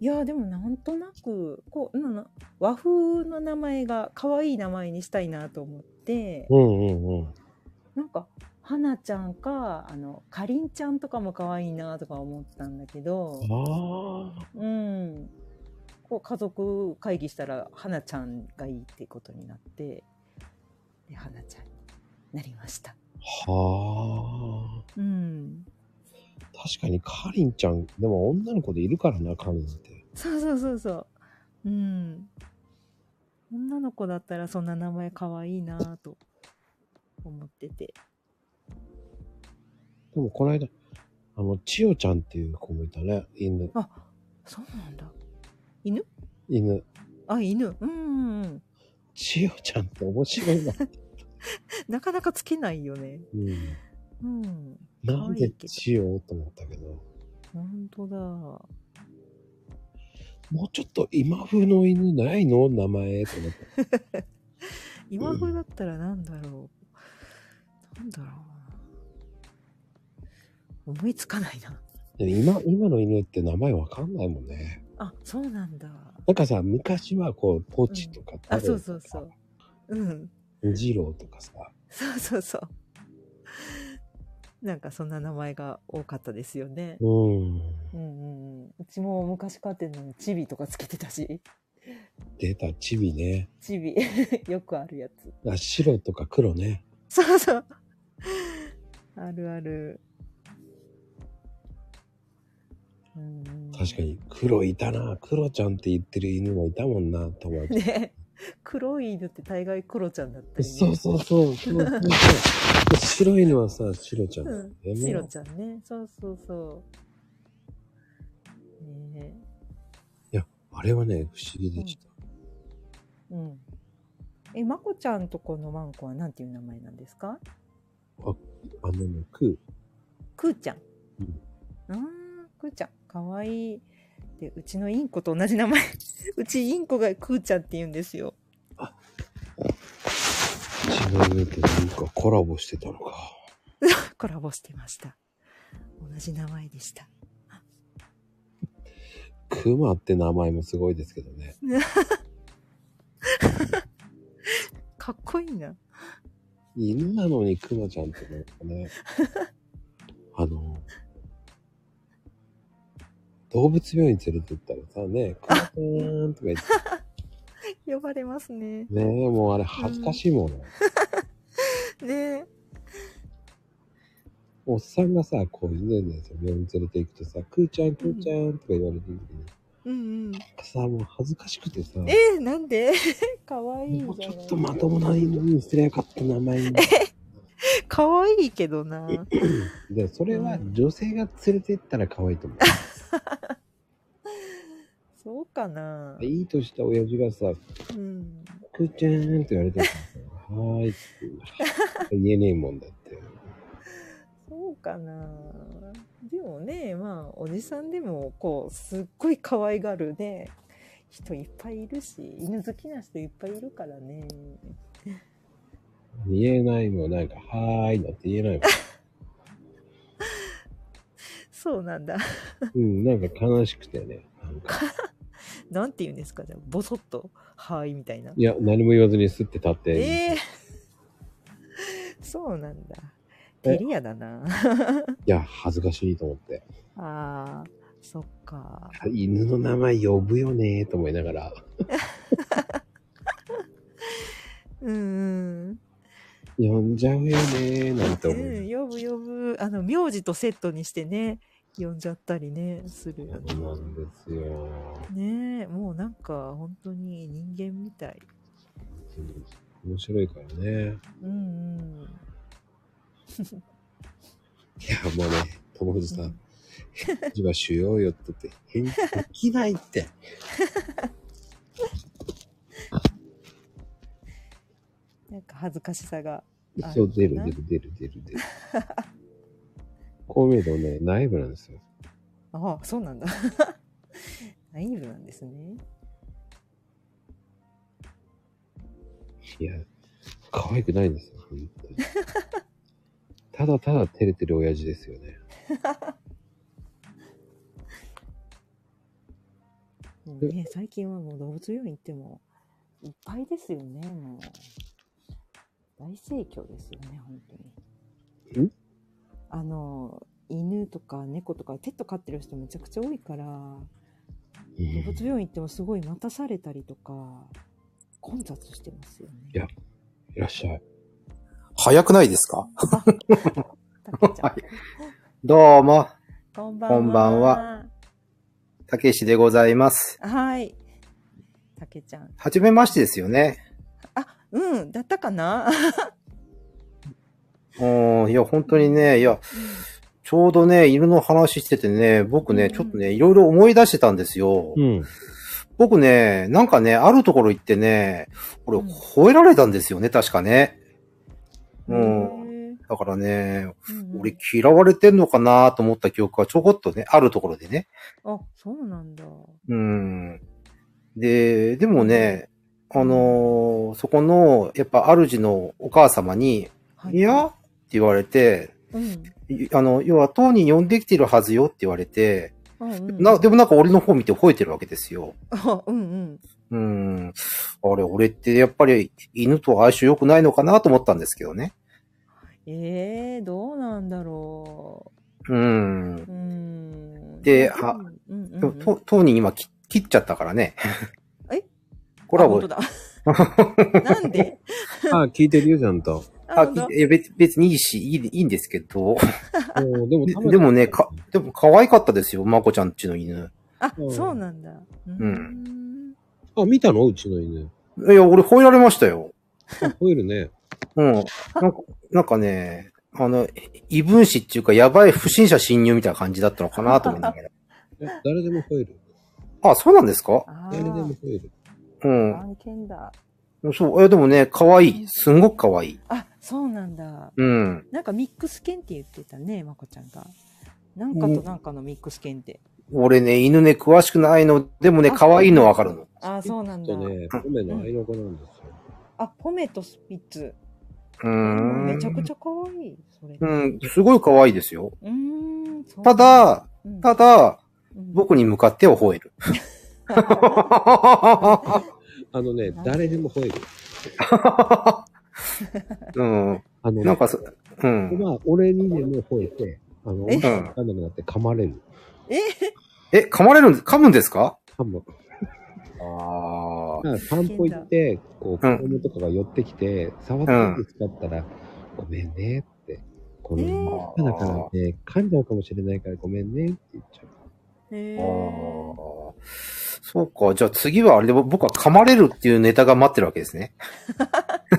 Speaker 2: いやでもなんとなくこうなな和風の名前が可愛い名前にしたいなと思って、
Speaker 1: うんうんうん。
Speaker 2: なんか花ちゃんかあのかりんちゃんとかも可愛いなとか思ったんだけど、
Speaker 1: ああ。
Speaker 2: うん、こう家族会議したら花ちゃんがいいってことになってで花ちゃんになりました。
Speaker 1: はあ。
Speaker 2: うん、
Speaker 1: 確かに、かりんちゃん、でも女の子でいるからな、かりんって。
Speaker 2: そうそうそうそう。うん。女の子だったらそんな名前可愛いなぁと思ってて。
Speaker 1: でも、この間、あの、千代ちゃんっていう子もいたね。犬、
Speaker 2: あ、そうなんだ。
Speaker 1: 犬。
Speaker 2: あ、犬。うんうんうん。
Speaker 1: 千代ちゃんって面白 いな。
Speaker 2: なかなかつけないよね。
Speaker 1: うん。
Speaker 2: うん。
Speaker 1: なん
Speaker 2: 可愛
Speaker 1: で
Speaker 2: いけど
Speaker 1: 千代と思ったけど。
Speaker 2: 本当だ。
Speaker 1: もうちょっと今風の犬ないの名前と思って。
Speaker 2: 今風だったらなんだろう。なんだろうな。思いつかないな。
Speaker 1: でも今、今の犬って名前わかんないもんね。
Speaker 2: あ、そうなんだ。
Speaker 1: なんかさ、昔はこう、ポチとか、
Speaker 2: あ、
Speaker 1: タロ
Speaker 2: そ
Speaker 1: ウ
Speaker 2: う
Speaker 1: と
Speaker 2: そ
Speaker 1: か
Speaker 2: うそう。。うん。
Speaker 1: ジローとかさ、
Speaker 2: そうそうそう。なんかそんな名前が多かったですよね。
Speaker 1: うん、
Speaker 2: うんうんうん。うちも昔飼ってるのにチビとかつけてたし。
Speaker 1: 出たチビね。
Speaker 2: チビ。 よくあるやつ。
Speaker 1: あ白とか黒ね。
Speaker 2: そうそう。あるある。うんうん
Speaker 1: 確かに、黒いたな。黒ちゃんって言ってる犬もいたもんな、と思って。
Speaker 2: ね黒い犬って大概黒ちゃんだったり、ね。
Speaker 1: そうそうそう。そうそうそう白いのはさ、白ちゃんだよね、
Speaker 2: うん。シロちゃんね。そうそうそう。ね
Speaker 1: あれはね、不思議でした。
Speaker 2: うん。え、まこちゃんとこのワンコはなんていう名前なんですか
Speaker 1: あのね、ク
Speaker 2: くーちゃん。
Speaker 1: うん
Speaker 2: あー、くーちゃん。かわいい。で、うちのインコと同じ名前。 うちインコがくーちゃんって言うんですよ。
Speaker 1: ー。違う犬となんかコラボしてたのか。
Speaker 2: コラボしてました。同じ名前でした。
Speaker 1: クマって名前もすごいですけどね。
Speaker 2: かっこいいな。
Speaker 1: 犬なのにクマちゃんってなんか ね、あの、動物病院連れてったらさ、ね、クマちゃんとか言って、
Speaker 2: 呼ばれますね。
Speaker 1: ねもうあれ恥ずかしいもんね。
Speaker 2: ね
Speaker 1: おっさんがさ、こう犬でさ、病院連れて行くとさ、クーちゃん、クーちゃんとか言われてる時に、
Speaker 2: うんうん。
Speaker 1: さ、もう恥ずかしくてさ、
Speaker 2: えー、なんで かわいいじゃ
Speaker 1: もう
Speaker 2: な
Speaker 1: ちょっ
Speaker 2: い
Speaker 1: とまともな犬にすりゃよかった名前に。
Speaker 2: かわいいけどな。
Speaker 1: で、それは女性が連れて行ったら可愛いと思う。
Speaker 2: そうかな。
Speaker 1: いいとした親父がさ、
Speaker 2: うん。
Speaker 1: くーちゃんって言われてもはーいって言えねえもんだって。
Speaker 2: そうかなでもねまあおじさんでもこうすっごい可愛がるね人いっぱいいるし犬好きな人いっぱいいるからね
Speaker 1: 言えないもん、なんか、はーいなんて言えないもん。
Speaker 2: そうなんだ
Speaker 1: うん、なんか悲しくてね。なんか、
Speaker 2: なんて言うんですかじゃあボソッと「はい」みたいない
Speaker 1: や、何も言わずにすって立って、
Speaker 2: ええ そうなんだ
Speaker 1: え
Speaker 2: 照り屋だない
Speaker 1: や、恥ずかしいと思って。
Speaker 2: あーそっか
Speaker 1: 犬の名前呼ぶよねーと思いながら。
Speaker 2: うんうん
Speaker 1: 呼んじゃうよねーなんて
Speaker 2: う
Speaker 1: 思い
Speaker 2: ん呼ぶ呼ぶあの名字とセットにしてね呼んじゃったりねする
Speaker 1: なが
Speaker 2: よ
Speaker 1: ら。
Speaker 2: ね
Speaker 1: そうなんですよ。
Speaker 2: ねえもうなんか本当に人間みたい
Speaker 1: 面白いからね。
Speaker 2: うんうん
Speaker 1: いや、もうね、友藤さ
Speaker 2: うんん、
Speaker 1: 返事はしようよって言って、返事できないって。
Speaker 2: なんか恥ずかしさがあ
Speaker 1: そう、出
Speaker 2: る
Speaker 1: る
Speaker 2: かな
Speaker 1: 出る出る出る出る。こう見えてもね、内部なんですよ。
Speaker 2: ああそうなんだ ナイーブなんですね
Speaker 1: いや、可愛くないんですよ、本当に。ただただ照れてる親父ですよね。
Speaker 2: もうね、最近はもう動物病院行っても、いっぱいですよね、もう。大盛況ですよね、本当に
Speaker 1: ん。
Speaker 2: あの、犬とか猫とかペット飼ってる人めちゃくちゃ多いから、
Speaker 1: うん
Speaker 2: 動
Speaker 1: い
Speaker 2: 物病院行ってもすごい待たされたりとか、混雑してますよね。
Speaker 1: いやらっしゃい。
Speaker 4: 早くないです か
Speaker 2: たけちゃん、
Speaker 4: どうも、
Speaker 2: こんばんは。
Speaker 4: こんばんは。たけしでございます。
Speaker 2: はい。たけちゃん。
Speaker 4: はじめましてですよね。
Speaker 2: あ、うん、だったかな
Speaker 4: うん、いや、本当にね、いや、ちょうどね、犬の話しててね、僕
Speaker 2: う
Speaker 4: ね、
Speaker 2: ん
Speaker 4: ちょっとね、いろいろ思い出してたんですよ。
Speaker 1: ん。
Speaker 4: 僕ね、なんかね、あるところ行ってね、これ
Speaker 2: うん
Speaker 4: 吠えられたんですよね、確かね。う
Speaker 2: へ
Speaker 4: ん。
Speaker 2: ー
Speaker 4: だからね、
Speaker 2: うんうん
Speaker 4: 俺嫌われてんのかなと思った記憶がちょこっとね、あるところでね。
Speaker 2: あ、そうなんだ。
Speaker 4: うん。で、でもね、あのーそこの、やっぱ主のお母様に、
Speaker 2: はい
Speaker 4: やって言われて、
Speaker 2: うん。
Speaker 4: いあの、要は、当人呼んできてるはずよって言われて、
Speaker 2: うんうん、
Speaker 4: な、でもなんか俺の方見て吠えてるわけですよ。
Speaker 2: あ、 うんうん。
Speaker 4: うん。あれ、俺ってやっぱり犬と相性良くないのかなと思ったんですけどね。
Speaker 2: ええどうなんだろ
Speaker 4: うん
Speaker 2: う。う。ーん。
Speaker 4: で
Speaker 2: あ
Speaker 4: あ、
Speaker 2: うんうん
Speaker 4: でも、
Speaker 2: うん
Speaker 4: と当人今き切っちゃったからね。
Speaker 2: え
Speaker 4: コラボ
Speaker 2: あ。本 当だなんで
Speaker 1: あ、聞いてるよ、ちゃんと。
Speaker 2: あ、
Speaker 4: あ、
Speaker 2: 本当
Speaker 4: いや別別にいいし、いいいいんですけど。
Speaker 1: おーでも
Speaker 4: で
Speaker 1: たまに
Speaker 4: でもね、か、でも可愛かったですよ、まこちゃんちの犬。
Speaker 2: あ
Speaker 1: う、ん
Speaker 2: そうなんだ。うーん。
Speaker 1: あ、見たのうちの犬。
Speaker 4: いや、俺吠えられましたよ。
Speaker 1: あ、吠えるね。
Speaker 4: うん。なんか、なんかね、あの、異分子っていうか、やばい不審者侵入みたいな感じだったのかなと思う んだけど。
Speaker 1: え誰でも吠える。
Speaker 4: あ、そうなんですか
Speaker 2: あ
Speaker 1: 誰でも吠える。
Speaker 4: うん
Speaker 2: あ、。案件だ。
Speaker 4: そう。え、でもね、可愛い。すんごく可愛い。
Speaker 2: あ、そうなんだ。
Speaker 4: うん。
Speaker 2: なんかミックス犬って言ってたね、まこちゃんが。なんかとなんかのミックス犬って。
Speaker 4: 俺ね、犬ね、詳しくないの。でもね、
Speaker 2: あ
Speaker 4: 可愛いのわかるの。
Speaker 2: あ、そうなん
Speaker 1: ち
Speaker 2: だ
Speaker 1: ょっ。とね、ポメの愛の子なんですよ。
Speaker 2: あ、ポメとスピッツ。
Speaker 4: うーん。
Speaker 2: めちゃくちゃ可愛い。それ。
Speaker 4: うん、すごい可愛いですよ。
Speaker 2: うーん。そう
Speaker 4: た、だ、
Speaker 2: うん
Speaker 4: た、だ、
Speaker 2: うん
Speaker 4: 僕に向かっては吠える。
Speaker 1: あのね
Speaker 2: なん、で
Speaker 1: 誰でも吠える。
Speaker 4: うん。
Speaker 1: あの、
Speaker 4: なんかそ、うん。
Speaker 1: まあ、俺にでも吠えて、あの、
Speaker 2: え
Speaker 1: わかんなくなって噛まれる。
Speaker 4: え、噛まれるん、噛むんですか
Speaker 1: 噛む。
Speaker 4: ああ。
Speaker 1: だから散歩行って、こう、子
Speaker 4: う
Speaker 1: 供
Speaker 4: ん
Speaker 1: とかが寄ってきて、触って使ったら、ごめんねって。こ
Speaker 2: え
Speaker 1: の、
Speaker 2: ー
Speaker 1: だからね、噛んじゃうかもしれないからごめんねって言っちゃう。
Speaker 2: へー
Speaker 4: あーそうか。じゃあ次はあれで、僕は噛まれるっていうネタが待ってるわけですね。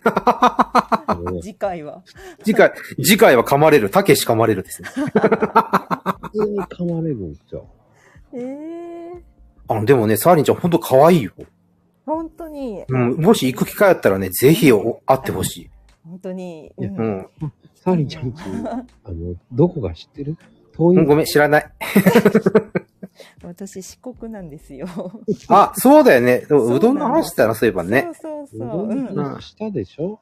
Speaker 1: あのね
Speaker 2: 次回は。
Speaker 4: 次回、次回は噛まれる。たけし噛まれるですね。
Speaker 1: 普通に噛まれるんですよ。
Speaker 2: ええ
Speaker 4: あの、でもね、サーリンちゃんほんと可愛いよ。
Speaker 2: 本当に、
Speaker 4: うん、もし行く機会あったらね、ぜひお会ってほしい。
Speaker 2: 本当に。
Speaker 1: いや
Speaker 4: う
Speaker 2: うん
Speaker 4: ん。
Speaker 1: サーリンちゃんち、あの、どこが知ってる遠い
Speaker 4: うんごめん、
Speaker 1: ん。
Speaker 4: 知らない。
Speaker 2: 私、四国なんですよ。
Speaker 4: あ、そうだよね。でも
Speaker 2: そうなん
Speaker 4: うどんの話してたら、そういえばね
Speaker 2: そう。そう
Speaker 1: う
Speaker 2: そう。
Speaker 1: どん
Speaker 2: うん
Speaker 1: の話したでしょ、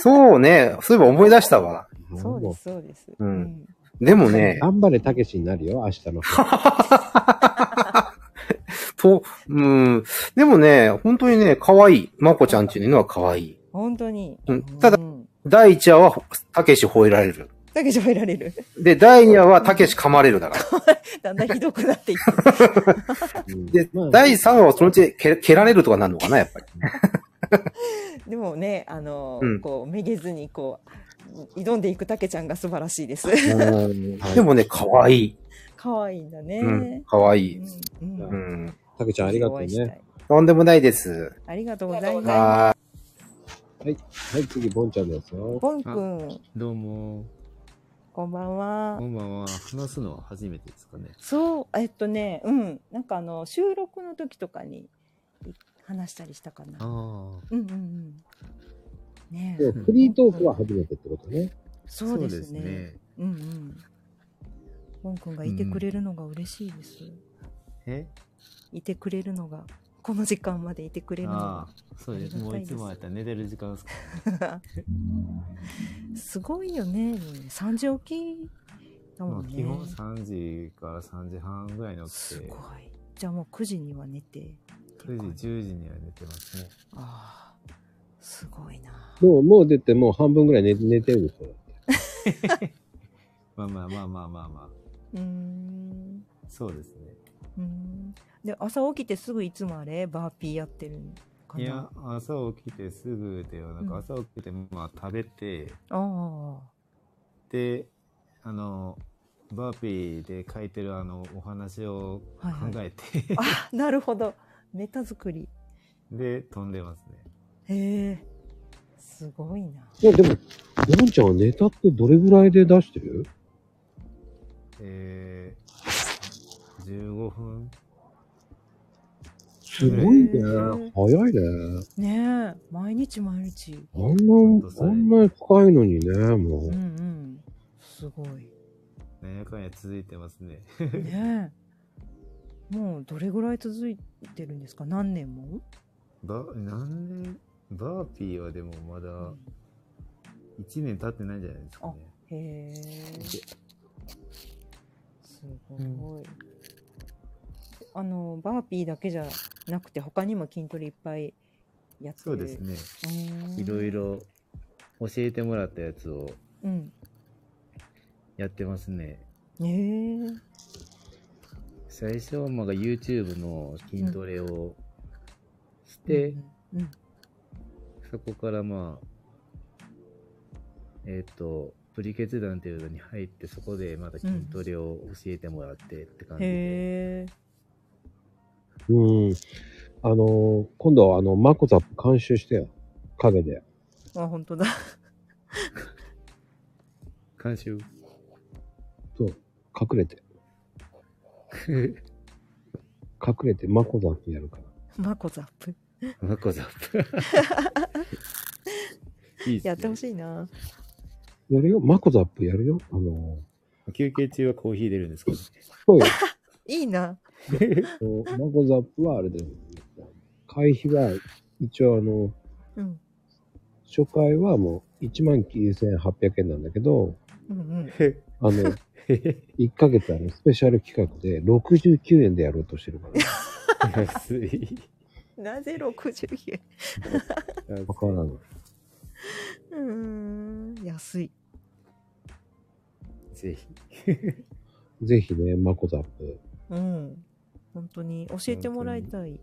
Speaker 4: そうね。そういえば思い出したわ。
Speaker 2: そう
Speaker 1: も
Speaker 2: です、そうです。
Speaker 4: うん
Speaker 2: うん
Speaker 4: でもね、
Speaker 1: 頑張れ、たけしになるよ、明日の。
Speaker 4: と、うん。でもね、本当にね、可愛い。まこちゃんっていうのは可愛い。
Speaker 2: 本当に。
Speaker 4: うんただ
Speaker 2: う、ん
Speaker 4: 第1話は、たけし吠えられる。
Speaker 2: だけじゃ吠えられる。
Speaker 4: で、第2話は、たけし噛まれるだから。
Speaker 2: だんだんひどくなっていって。
Speaker 1: うん
Speaker 4: で
Speaker 1: まあ、
Speaker 4: 第3話はそのうち蹴蹴られるとかなるのかな、やっぱり。
Speaker 2: でもね、あの
Speaker 4: うん、
Speaker 2: こう、めげずに、こう、挑んでいくたけちゃんが素晴らしい です。
Speaker 4: でもね、可愛い。
Speaker 2: 可愛いんだね。
Speaker 4: うん、可愛
Speaker 2: う
Speaker 4: い。
Speaker 2: ん
Speaker 4: う
Speaker 2: うん
Speaker 4: ん。
Speaker 1: たけちゃんありがとう
Speaker 2: ぜひお会いし
Speaker 1: ね
Speaker 2: た。い
Speaker 4: とんでもないです。
Speaker 2: ありがとうございま
Speaker 4: は
Speaker 1: はい、次、ボンちゃんです
Speaker 2: す。
Speaker 1: よ。
Speaker 2: ポンくん、
Speaker 5: どうも、
Speaker 2: こんばんは
Speaker 5: こ。んばんは。話すのは初めてですかね。
Speaker 2: そう、えっとね、うん、なんかあの収録の時とかに話したりしたかな。
Speaker 5: ああ、
Speaker 2: うんうんうん。ね
Speaker 1: で
Speaker 2: え、
Speaker 1: もフリートークは初めてってことね。
Speaker 2: そうですね。うんうん。ボン君がいてくれるのが嬉しいです。
Speaker 5: そうですね。
Speaker 2: いてくれるのが、この時間までいてくれ
Speaker 5: え
Speaker 2: るの
Speaker 5: あ
Speaker 2: が
Speaker 5: あ、、そうです。もういつもやったら寝てる時間ですか。
Speaker 2: すごいよね。三時起きだ
Speaker 5: ま
Speaker 2: もん
Speaker 5: あ
Speaker 2: ね。
Speaker 5: 基本3時から3時半ぐらいに起
Speaker 2: す
Speaker 5: きて
Speaker 2: ごい。じゃあもう9時には寝てっていう
Speaker 4: 9
Speaker 2: 感じ
Speaker 4: 時、10時には寝てますね。
Speaker 2: ああすごいな
Speaker 1: もう、もう出てもう半分ぐらい寝寝てるんですよ。
Speaker 4: まあまあまあまあまあま
Speaker 2: うーん
Speaker 4: あ。そうですね。
Speaker 2: うーんで朝起きてすぐいつもあれバーピーやってるんかない
Speaker 4: や、朝起きてすぐではな
Speaker 2: うん
Speaker 4: く、朝起きてまあ食べて、
Speaker 2: ああ
Speaker 4: で、あの、バーピーで書いてるあの、お話を考えて、
Speaker 2: あ なるほどネタ作り
Speaker 4: で、飛んでますね。
Speaker 2: へえすごいない
Speaker 1: や、でも、のんちゃんはネタってどれぐらいで出してる
Speaker 4: えー、15分
Speaker 1: すごいね
Speaker 2: へー。
Speaker 1: 早いね。
Speaker 2: ねえ毎日毎日
Speaker 1: あんな、あんな深いのにね、も
Speaker 2: うんう
Speaker 1: う。
Speaker 2: んすごい
Speaker 4: なんやかんや続いてますね。
Speaker 2: ねえもうどれぐらい続いてるんですか何年も、
Speaker 4: ば、何年、バーピーはでもまだ
Speaker 2: うん
Speaker 4: 1年経ってないんじゃないですかね。
Speaker 2: へえすごい、
Speaker 4: う
Speaker 2: あのバーピーだけじゃなくて他にも筋トレいっぱいやってる
Speaker 4: そうですね。
Speaker 2: ね
Speaker 4: いろいろ教えてもらったやつを
Speaker 2: うん
Speaker 4: やってますね。
Speaker 2: へえ
Speaker 4: 最初はまあ YouTube の筋トレをして、
Speaker 2: うんうん
Speaker 4: そこからまあ、えっ、と、プリケツ団っていうのに入って、そこでまた筋トレを教えてもらってって感じで。
Speaker 2: へえ
Speaker 1: うん。あの、今度はあの、マコザップ監修してよ。影で。
Speaker 2: あ本当だ
Speaker 4: 監修。
Speaker 1: 隠れ て。隠れてマコザップやるから。
Speaker 2: マコザップ
Speaker 4: マコザップ。いいっすね
Speaker 2: やってほしいな
Speaker 1: やるよマコザップやるよあの、
Speaker 4: 休憩中はコーヒー出るんです か
Speaker 1: そうよ。
Speaker 2: いいな
Speaker 1: あのマコザップはあれだよ。会費は、一応あの、
Speaker 2: うん
Speaker 1: 初回はもう19,800円なんだけど、
Speaker 2: うんうん
Speaker 1: あの、1ヶ月あのスペシャル企画で69円でやろうとしてるから。
Speaker 4: 安い。
Speaker 2: なぜ60円
Speaker 1: わからない。
Speaker 2: うーん安い
Speaker 4: ぜひ。
Speaker 1: ぜひね、マコザップ。
Speaker 2: うん本当に教えてもらいたい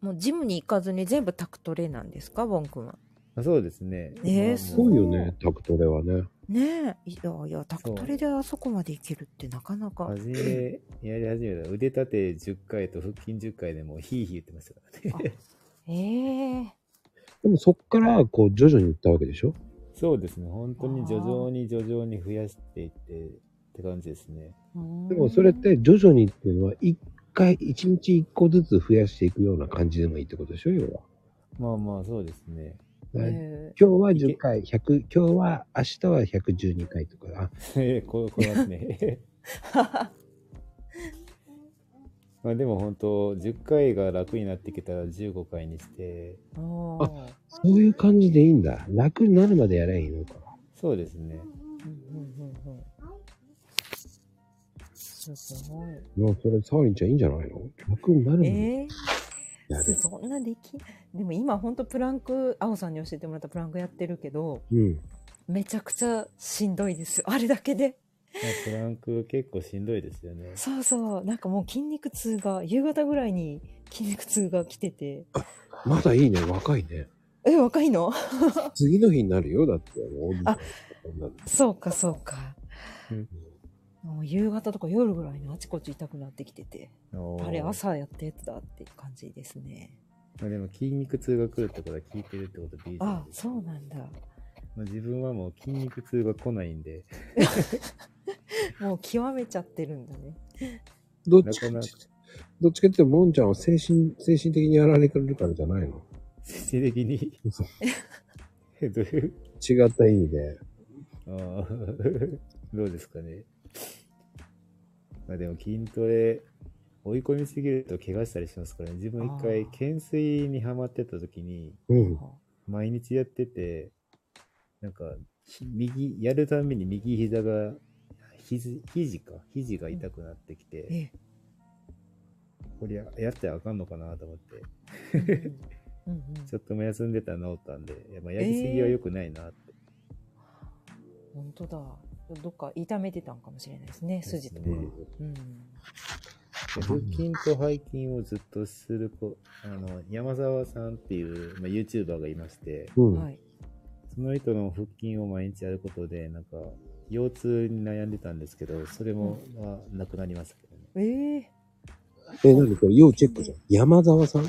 Speaker 2: もうジムに行かずに全部タクトレなんですかボン君は
Speaker 4: あそうですね。
Speaker 2: えー
Speaker 4: もう
Speaker 1: す
Speaker 2: す
Speaker 1: ごいよ
Speaker 2: そう
Speaker 1: ね、タクトレはね。
Speaker 2: ねえいやいやタクトレであそこまで行けるってなかなか
Speaker 4: 初め、やり始めた。腕立て10回と腹筋10回でもうヒーヒー言ってましたからね。
Speaker 2: ええ
Speaker 1: でもそっから、こう、徐々に行ったわけでしょ
Speaker 4: そうですね。本当に徐々に徐々に増やしていってって感じですね。
Speaker 1: でもそれって徐々にっていうのは、一回、一日一個ずつ増やしていくような感じでもいいってことでしょ要は。
Speaker 4: まあまあ、そうですね。
Speaker 1: 今
Speaker 2: え
Speaker 1: 日は10回、100、今日は、明日は112回とか。あ、
Speaker 4: えこう、こうやってね。 まあでも本当、10回が楽になってきたら15回にして、
Speaker 2: あー
Speaker 1: そういう感じでいいんだ。楽になるまでやればいいのか。
Speaker 4: そうですね。
Speaker 2: うんうんうんうんすごい
Speaker 1: もうそれ、サーリンちゃんいいんじゃないの楽になるまで
Speaker 2: え
Speaker 1: や
Speaker 2: ー、
Speaker 1: る。
Speaker 2: そんなできでも今ほんとプランク青さんに教えてもらったプランクやってるけど
Speaker 1: うん。
Speaker 2: めちゃくちゃしんどいですあれだけで
Speaker 4: まあ、プランク結構しんどいですよね。
Speaker 2: そうそうなんかもう筋肉痛が夕方ぐらいに筋肉痛が来てて
Speaker 1: まだいいね、若いね。
Speaker 2: え若いの
Speaker 1: 次の日になるよ、だって。もう
Speaker 2: あ
Speaker 1: 女の子
Speaker 2: そうかそうか
Speaker 4: うん
Speaker 2: もう夕方とか夜ぐらいにあちこち痛くなってきてて
Speaker 4: おー
Speaker 2: あれ朝やったやつだって感じですね
Speaker 4: まあ、でも筋肉痛が来るってことは聞いてるってことでいいじゃな
Speaker 2: あ
Speaker 4: いですか
Speaker 2: そうなんだ
Speaker 4: まあ、自分はもう筋肉痛が来ないんで、
Speaker 2: もう極めちゃってるんだね
Speaker 1: どっ
Speaker 4: な
Speaker 1: ち
Speaker 4: か
Speaker 1: か
Speaker 4: なか、
Speaker 1: どっちかっていうと、もんちゃんは精神、精神的にやられてるからじゃないの
Speaker 4: 精神 的に
Speaker 1: 嘘
Speaker 4: え、どういう、
Speaker 1: 違った意味で。
Speaker 4: あー どうですかね。まあでも筋トレ、追い込みすぎると怪我したりしますからね。自分一回
Speaker 2: あー
Speaker 4: 懸垂にはまってた時に、
Speaker 1: うん。
Speaker 4: 毎日やってて、なんか、右、やるために右膝が肘、肘か。肘が痛くなってきて、
Speaker 2: え
Speaker 4: こりゃ、やったらあかんのかなと思って、
Speaker 2: え。うんうんうんうん
Speaker 4: ちょっとも休んでたら治ったんで、いやまあ、やりすぎは良くないなって。
Speaker 2: 本当だ。どっか痛めてたんかもしれないですね、筋とか。
Speaker 4: で
Speaker 2: うん。
Speaker 4: 腹筋と背筋をずっとする子、あの、山沢さんっていう、まあ、YouTuber がいまして、
Speaker 1: うん。
Speaker 2: はい。
Speaker 4: その人の腹筋を毎日やることで、なんか、腰痛に悩んでたんですけど、それも、まあ、なくなりましたけどね。
Speaker 2: ええ
Speaker 1: え、なんでこれ、要チェックじゃん。山沢さん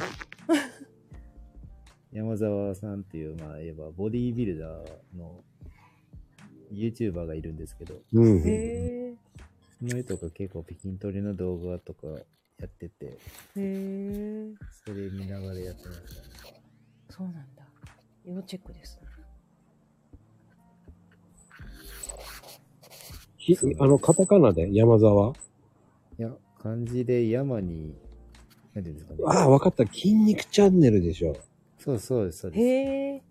Speaker 4: 山沢さんっていう、まあ、いえば、ボディービルダーの YouTuber がいるんですけど、
Speaker 1: う
Speaker 2: え
Speaker 1: ん。
Speaker 2: え
Speaker 4: その人が結構北京トレの動画とかやってて、
Speaker 2: ええ
Speaker 4: それ見ながらやってました、ね。
Speaker 2: そうなんだ。要チェックです。
Speaker 1: ひあの、カタカナで山沢
Speaker 4: いや、漢字で山に、なんていうんですかね。
Speaker 1: ああ、わかった。筋肉チャンネルでしょ。
Speaker 4: そうそうです、そうです。
Speaker 2: へえ。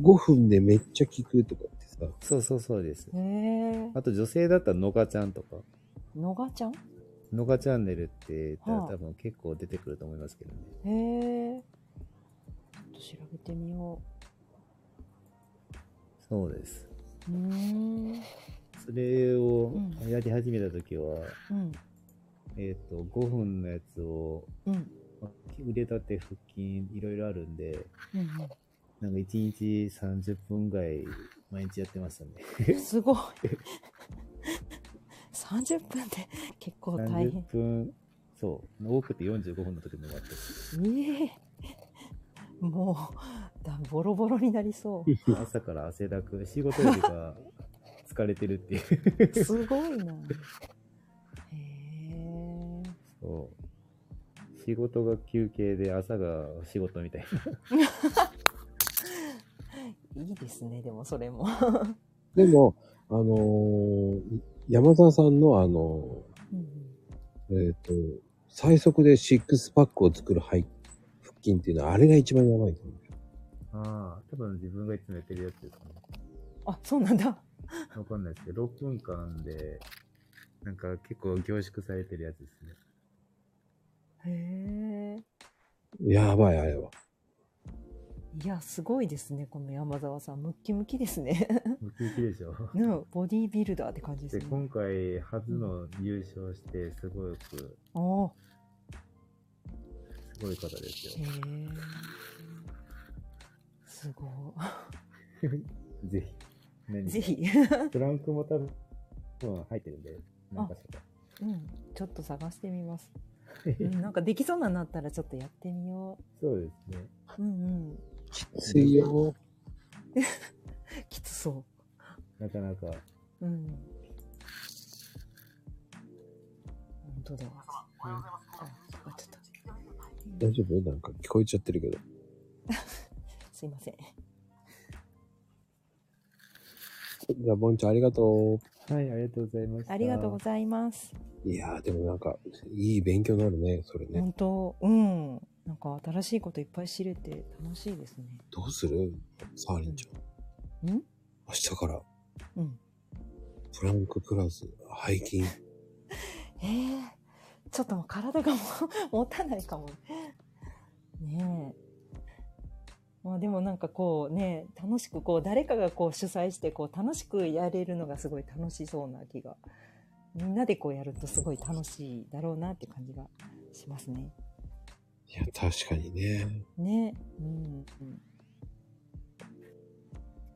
Speaker 1: 5分でめっちゃ効くとかってさ。
Speaker 4: そうそうそうです。
Speaker 2: へえ。
Speaker 4: あと女性だったらのかちゃんとか、
Speaker 2: のがちゃん
Speaker 4: のかチャンネルって言ったら
Speaker 2: はあ
Speaker 4: 多分結構出てくると思いますけどね。
Speaker 2: へえ。ちょっと調べてみよ
Speaker 4: そうです。
Speaker 2: う。うーん。
Speaker 4: それを
Speaker 2: うん
Speaker 4: やり始めた時は、
Speaker 2: うん。
Speaker 4: えっ、と、5分のやつを、
Speaker 2: うん。
Speaker 4: まあ腕立て、腹筋、いろいろあるんで、
Speaker 2: うん
Speaker 4: なんか1日30分ぐらい毎日やってましたね。
Speaker 2: うん。すごい。30分で結構大
Speaker 4: 30
Speaker 2: 変。
Speaker 4: 分、そう、多くて45分の時もあって。
Speaker 2: ええもうだボロボロになりそう
Speaker 4: 朝から汗だく、仕事よりが疲れてるっていう。
Speaker 2: すごいなへえ
Speaker 4: そう仕事が休憩で朝が仕事みたいな。
Speaker 2: いいですねでもそれも
Speaker 1: でも、あのー山沢さんのあの
Speaker 2: うん
Speaker 1: ーえっ、と、最速でシックスパックを作る背腹筋っていうのは、あれが一番やばいと思う。
Speaker 4: ああ、多分自分がいつもやってるやつですかね。
Speaker 2: あそうなんだ
Speaker 4: わかんないですけど、6分間で、なんか結構凝縮されてるやつですね。
Speaker 2: へえ
Speaker 1: やばい、あれは。
Speaker 2: いやすごいですねこの山澤さんムッキムキです ね
Speaker 4: ムキムキでしょ。
Speaker 2: ねボディービルダーって感じです
Speaker 4: で、
Speaker 2: ね
Speaker 4: 今回初の優勝して、すごく、
Speaker 2: おー
Speaker 4: すごい方です
Speaker 2: へ
Speaker 4: よ。
Speaker 2: えすご
Speaker 4: ぜひ。
Speaker 2: い
Speaker 4: 何
Speaker 2: ぜひ、
Speaker 4: プランクも多分、うん入ってるんで、なんかしら。
Speaker 2: うん、ちょっと探してみます、 うん、なんかできそうなんなったらちょっとやってみよ
Speaker 4: そうですね。
Speaker 2: ううんうん
Speaker 1: 水曜。
Speaker 2: きつそ
Speaker 4: なかなか。
Speaker 2: う。うん。本当だ。うん、あ、聞こえちゃった。
Speaker 1: 大丈夫なんか聞こえちゃってるけど。
Speaker 2: すいません。
Speaker 1: じゃあ、ボンちゃんありがと
Speaker 4: はい、ありがとうございました。
Speaker 2: ありがとうございます。
Speaker 1: う。いやー、でもなんか、いい勉強になるね、それね。
Speaker 2: 本当、うん。なんか新しいこといっぱい知れて楽しいですね。
Speaker 1: どうするサーリンちゃん。
Speaker 2: うん
Speaker 1: 明日から、
Speaker 2: うん。
Speaker 1: プランクプラス、背筋。
Speaker 2: ええちょっともう 体がもう持たないかも。ねえ。まあでもなんかこうね、楽しくこう誰かがこう主催してこう楽しくやれるのがすごい楽しそうな気が。みんなでこうやるとすごい楽しいだろうなって感じがしますね。
Speaker 1: いや、確かにね。
Speaker 2: ねえ。うん。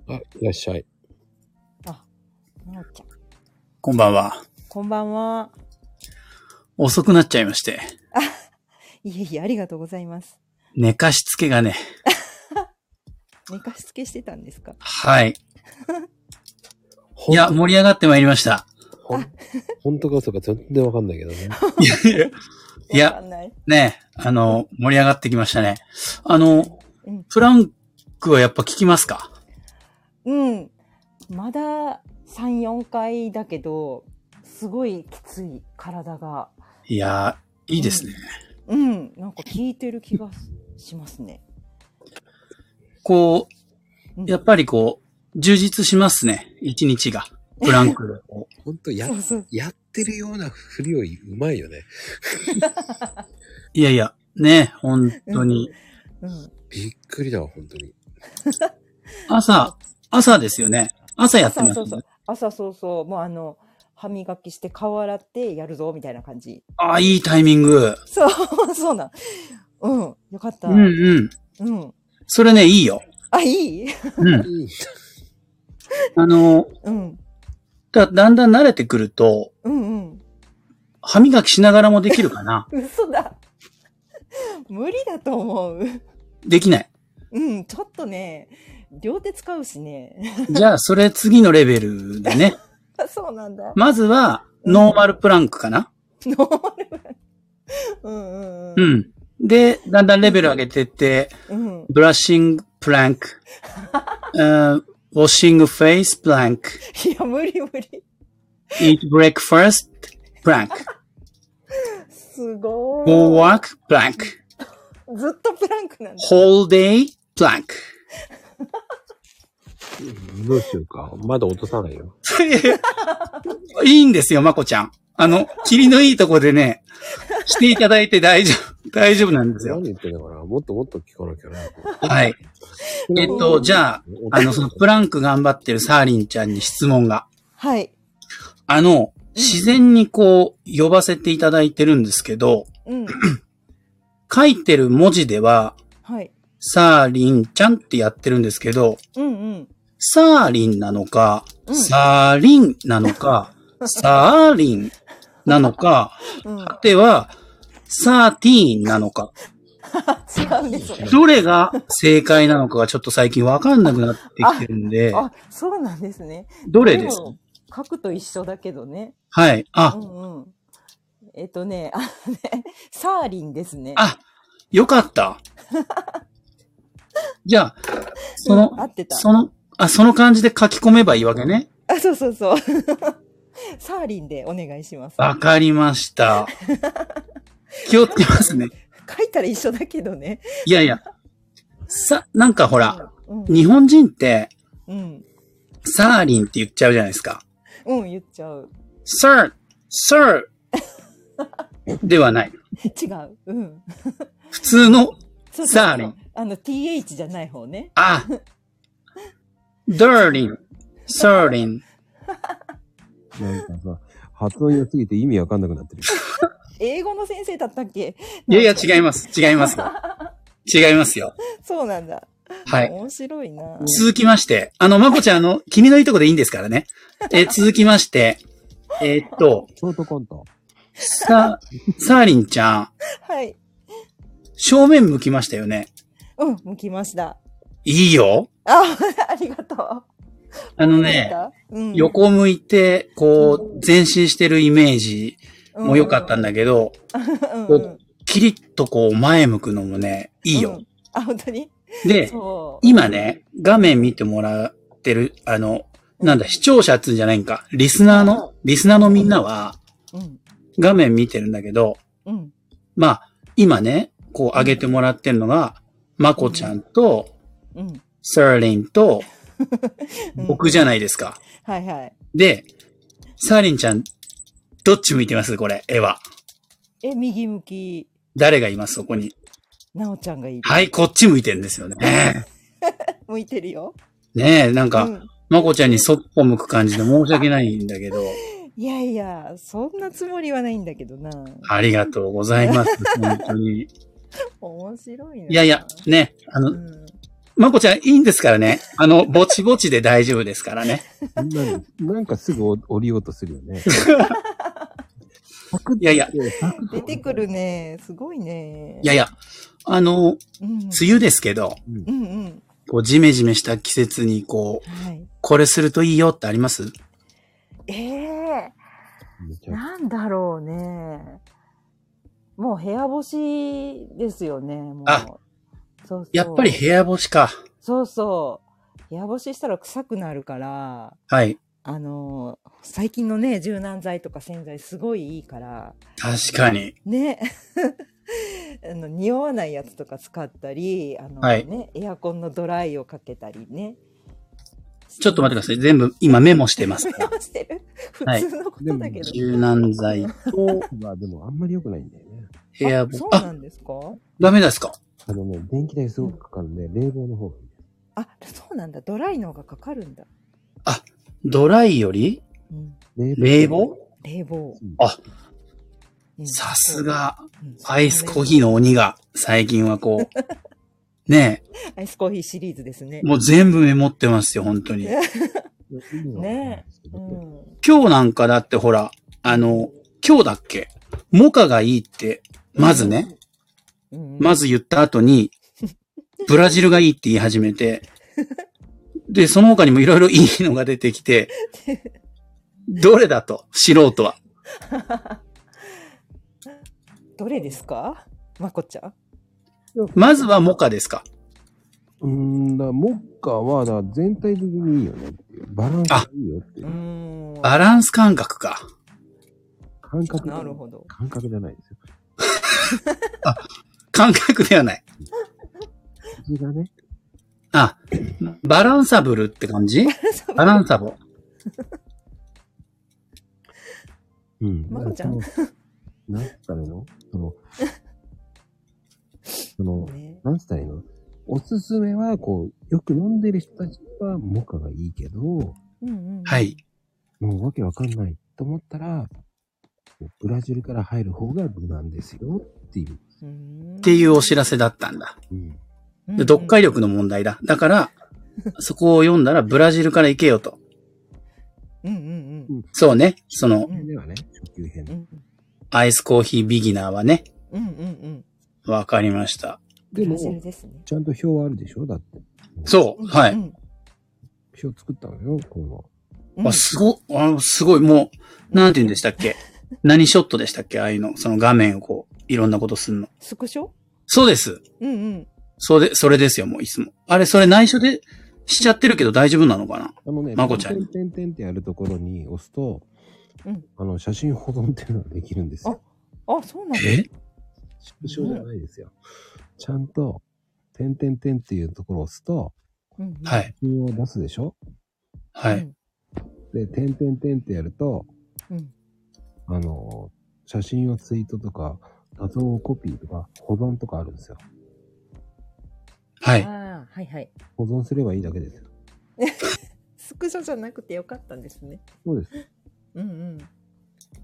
Speaker 1: あ、いらっしゃい。
Speaker 2: なおちゃん。
Speaker 6: こんばんは。
Speaker 2: こんばんは。
Speaker 6: 遅くなっちゃいまして。
Speaker 2: いえいえ、ありがとうございます。
Speaker 6: 寝かしつけがね。
Speaker 2: 寝かしつけしてたんですか
Speaker 6: はい。いや、盛り上がってまいりました。
Speaker 1: ほ ん、本当かそうか全然わかんないけどね。
Speaker 6: いや
Speaker 2: わかんない。
Speaker 6: ね、あの、盛り上がってきましたね。あの
Speaker 2: うん、
Speaker 6: プランクはやっぱ効きますか
Speaker 2: うん。まだ3、4回だけど、すごいきつい、体が。
Speaker 6: いやー、いいですね。
Speaker 2: うん。なんか効いてる気がしますね。
Speaker 6: こ
Speaker 2: うん
Speaker 6: う、やっぱりこう、充実しますね。一日が。プランクル。
Speaker 1: ほんとや、やってるようなふりをうまいよね。
Speaker 6: いやいや、ね、本当に。
Speaker 7: うん。
Speaker 1: びっくりだわ、本当に。
Speaker 6: 朝、朝ですよね。朝やってま
Speaker 2: 朝そ
Speaker 6: す
Speaker 2: う
Speaker 6: よね、
Speaker 2: そう朝そうそうもうあの歯磨きして顔洗ってやるぞみたいな感じ
Speaker 6: ああ、いいタイミング。
Speaker 2: そうそうなんうんよかった
Speaker 6: うんうん。
Speaker 2: うん
Speaker 6: それね、いいよ。
Speaker 2: あい い
Speaker 6: うん。あの、
Speaker 2: うん
Speaker 6: だ、だんだん慣れてくると、
Speaker 2: うんうん
Speaker 6: 歯磨きしながらもできるかな
Speaker 2: 嘘だ 無理だと思う
Speaker 6: できない。
Speaker 2: うんちょっとね両手使うしね
Speaker 6: じゃあ、それ次のレベルでね。
Speaker 2: そうなんだ
Speaker 6: まずは、ノーマルプランクかな
Speaker 2: ノーマルうんうん
Speaker 6: う
Speaker 2: うん
Speaker 6: ん。で、だんだんレベル上げてって、
Speaker 2: うん
Speaker 6: ブラッシングプランク、うんウォッシングフェイスプランク、
Speaker 2: いや無理無理
Speaker 6: eat breakfast プランク、
Speaker 2: すご
Speaker 6: go
Speaker 2: い
Speaker 6: walk プランク、
Speaker 2: ずっとプランクなんだ
Speaker 6: whole day プランク。
Speaker 1: どうしようか。まだ落とさないよ。
Speaker 6: いいんですよ、まこちゃん。あの、霧のいいとこでね、していただいて大丈夫、大丈夫なんです
Speaker 1: 何
Speaker 6: よ。
Speaker 1: 言ってんだから、もっともっと聞かなきゃな。
Speaker 6: はい。えっと、じゃあ、あの、そのプランク頑張ってるサーリンちゃんに質問が。
Speaker 2: はい
Speaker 6: あの、自然にこう、呼ばせていただいてるんですけど、
Speaker 2: うん
Speaker 6: 書いてる文字では、
Speaker 2: はい
Speaker 6: サーリンちゃんってやってるんですけど、
Speaker 2: うんうん
Speaker 6: サーリンなのか、
Speaker 2: うん
Speaker 6: サーリンな のか、サーリンなのか、
Speaker 2: うん
Speaker 6: 果ては、サーティーンなのか、
Speaker 2: 違うんですよ。
Speaker 6: どれが正解なのかがちょっと最近わかんなくなってきてるんで、
Speaker 2: あ、そうなんですね。
Speaker 6: どれです
Speaker 2: でも書くと一緒だけどね。
Speaker 6: はい。
Speaker 2: う
Speaker 6: あ、
Speaker 2: んうん。えっとね、あのね、サーリンですね。
Speaker 6: あ、よかった。 じゃあ、その、
Speaker 2: うん合ってた。
Speaker 6: その、あ、その感じで書き込めばいいわけね。
Speaker 2: あ、そうそうそう。 サーリンでお願いします。
Speaker 6: わかりました。気負ってますね。
Speaker 2: 書いたら一緒だけどね。
Speaker 6: いやいや。さ、なんかほら、
Speaker 2: うん。
Speaker 6: 日本人って、
Speaker 2: うん。
Speaker 6: サーリンって言っちゃうじゃないですか。
Speaker 2: うん、言っちゃう。
Speaker 6: sir, sir ではない。
Speaker 2: 違う。うん。
Speaker 6: 普通の、
Speaker 2: そうそうそう
Speaker 6: サーリン。
Speaker 2: あの、th じゃない方ね。
Speaker 6: あ、darling, sirling,
Speaker 1: なんかさ、発音良すぎて意味わかんなくなってる。
Speaker 2: 英語の先生だったっけ
Speaker 6: いやいや、違います。違いますよ。違いますよ。
Speaker 2: そうなんだ。
Speaker 6: はい。
Speaker 2: 面白いな。
Speaker 6: 続きまして、あの、まこちゃん、あの、君のいいとこでいいんですからね。えー続きまして、えーっと、
Speaker 1: ショートコント。
Speaker 6: さ、サーリンちゃん、
Speaker 2: はい。
Speaker 6: 正面向きましたよね。
Speaker 2: うん、向きました。
Speaker 6: いいよ。
Speaker 2: あ、 ありがとう。
Speaker 6: あのね、
Speaker 2: うん、
Speaker 6: 横向いて、こう、前進してるイメージも良かったんだけど、
Speaker 2: うん
Speaker 6: こう、キリッとこう前向くのもね、いいよ。
Speaker 2: うんあ、本当に
Speaker 6: で、
Speaker 2: そう。
Speaker 6: 今ね、画面見てもらってる、あの、なんだ、視聴者っつうんじゃないんか。リスナーの、リスナーのみんなは、
Speaker 2: うん。
Speaker 6: 画面見てるんだけど、
Speaker 2: うん。
Speaker 6: まあ、今ね、こう上げてもらってるのが、まこちゃんと、
Speaker 2: うん。
Speaker 6: サーリンと、
Speaker 2: うん
Speaker 6: 僕じゃないですか。
Speaker 2: はいはい。
Speaker 6: で、サーリンちゃん、どっち向いてますこれ、絵は。
Speaker 2: え、右向き、
Speaker 6: 誰がいますそこに。
Speaker 2: なおちゃんがいる。
Speaker 6: はい、こっち向いてるんですよね。
Speaker 2: 向いてるよ。
Speaker 6: ねえ、なん
Speaker 2: う
Speaker 6: か、
Speaker 2: ん。
Speaker 6: まこちゃんにそっぽ向く感じで申し訳ないんだけど、
Speaker 2: いやいや、そんなつもりはないんだけどな。
Speaker 6: ありがとうございます。本当に。い
Speaker 2: 面白いな。
Speaker 6: やいや、ね、あ
Speaker 2: う
Speaker 6: の、
Speaker 2: ん。
Speaker 6: まこちゃんいいんですからね。あの、ぼちぼちで大丈夫ですからね。
Speaker 1: なんかなんかすぐ降りようとするよね。
Speaker 6: いやいや、
Speaker 2: 出てくるね。すごいね。
Speaker 6: いやいや、あ
Speaker 2: うん。
Speaker 6: の、梅雨ですけど、
Speaker 2: うんうん。
Speaker 6: こう、ジメジメした季節に、こう、
Speaker 2: はい。
Speaker 6: これするといいよってあります
Speaker 2: ええ
Speaker 1: めちゃくちゃ
Speaker 2: なんだろうね。もう部屋干しですよね。もう
Speaker 6: あ
Speaker 2: そうそう
Speaker 6: やっぱり部屋干しか。
Speaker 2: そうそう。部屋干ししたら臭くなるから、
Speaker 6: はい。
Speaker 2: あのー最近のね、柔軟剤とか洗剤すごいいいから、
Speaker 6: 確かに。
Speaker 2: ね。 あの匂わないやつとか使ったり、あのー
Speaker 6: はい
Speaker 2: ね、エアコンのドライをかけたりね、
Speaker 6: ちょっと待ってください。全部今メモしてます。
Speaker 2: 目をしてる。普
Speaker 6: はい
Speaker 2: 通のことだけど。
Speaker 6: 柔軟剤、
Speaker 1: そうはでもあんまり良くないんだよね。
Speaker 6: エア
Speaker 2: あ
Speaker 6: ボ
Speaker 2: そう
Speaker 6: あ、
Speaker 2: なんですか
Speaker 6: ダメですか
Speaker 1: あのね、電気代すごくかかるんで、冷房の方がいい。
Speaker 2: あ、そうなんだ。ドライの方がかかるんだ。
Speaker 6: ドライより
Speaker 2: うん、
Speaker 6: 冷房
Speaker 2: 冷房。うん
Speaker 6: さす。が、
Speaker 2: うん
Speaker 6: アイスコーヒーの鬼が、最近はこう、ね
Speaker 2: アイスコーヒーシリーズですね
Speaker 6: え、。もう全部メモってますよ、本当に。
Speaker 2: ね
Speaker 1: え
Speaker 2: うん。
Speaker 6: 今日なんかだってほら、あの、今日だっけモカがいいって、まずね、
Speaker 2: うん
Speaker 6: まず言った後に、ブラジルがいいって言い始めて、で、その他にもいろいろいいのが出てきて、どれだと、素人は。
Speaker 2: どれですかまこちゃん。
Speaker 6: まずはモカですか
Speaker 1: うーん、だからモッカーはだから全体的にいいよねっていう。バランスがいいよっていうう
Speaker 2: ーん。
Speaker 6: バランス感覚か。
Speaker 1: 感覚。
Speaker 2: なるほど。
Speaker 1: 感覚じゃないですよ。
Speaker 6: 感覚ではない。
Speaker 1: 味がね。
Speaker 6: あ、バランサブルって感じバランサボ。
Speaker 1: うん。
Speaker 2: まこちゃん
Speaker 1: だからその。なんつったらいいのその、その、
Speaker 2: ね
Speaker 1: なんつったらいいのおすすめは、こう、よく飲んでる人たちはモカがいいけど、も
Speaker 2: うんうんうん
Speaker 6: はい。
Speaker 1: うわけわかんないと思ったら、ブラジルから入る方が無難ですよっていう。
Speaker 2: うーん
Speaker 6: っていうお知らせだったんだ。
Speaker 1: うん。
Speaker 2: うんう
Speaker 6: で
Speaker 2: ん
Speaker 6: 読解力の問題だ。だから、そこを読んだらブラジルから行けよと。
Speaker 2: うんうん
Speaker 6: そうね。その
Speaker 2: う、ん
Speaker 1: ではね、初級編
Speaker 2: うん。う。ん
Speaker 6: アイスコーヒービギナーはね。
Speaker 2: うんうん
Speaker 6: わかりました。
Speaker 2: う
Speaker 1: で
Speaker 2: ん。
Speaker 1: も
Speaker 2: ブラ、ジルですね。
Speaker 1: ちゃんと表あるでしょだって。
Speaker 6: そう。は
Speaker 2: う
Speaker 6: い。
Speaker 2: ん
Speaker 1: 表作ったのよ、この。
Speaker 2: うん
Speaker 6: あ、すご、あすごい、もう、なんて言うんでしたっけ何ショットでしたっけああいうの。その画面をこう、いろんなことするの。
Speaker 2: スクショ
Speaker 6: そうです。
Speaker 2: うんうん。
Speaker 6: そうで、それですよ、もういつも。あれ、それ内緒でしちゃってるけど大丈夫なのかな
Speaker 1: あのね、
Speaker 6: まこちゃん
Speaker 1: てんてんてんってやるところに押すと、
Speaker 2: うん
Speaker 1: あの、写真保存っていうのができるんですよ。
Speaker 2: あ、そうなんだ。
Speaker 6: え
Speaker 1: 縮小じゃないですよ。ちゃんと、てんてんてんっていうところを押すと、
Speaker 2: うんうん
Speaker 6: は
Speaker 1: 写
Speaker 6: い。
Speaker 1: 真を出すでしょ
Speaker 6: は
Speaker 2: う
Speaker 6: い。
Speaker 2: ん
Speaker 1: で、てんてんてんってやると、
Speaker 2: うん
Speaker 1: あの、写真をツイートとか、画像をコピーとか、保存とかあるんですよ。
Speaker 6: は
Speaker 2: あ
Speaker 6: い。
Speaker 2: あ、はいはい。
Speaker 1: 保存すればいいだけですよ。
Speaker 2: スクショじゃなくてよかったんですね。
Speaker 1: そうです。
Speaker 2: うん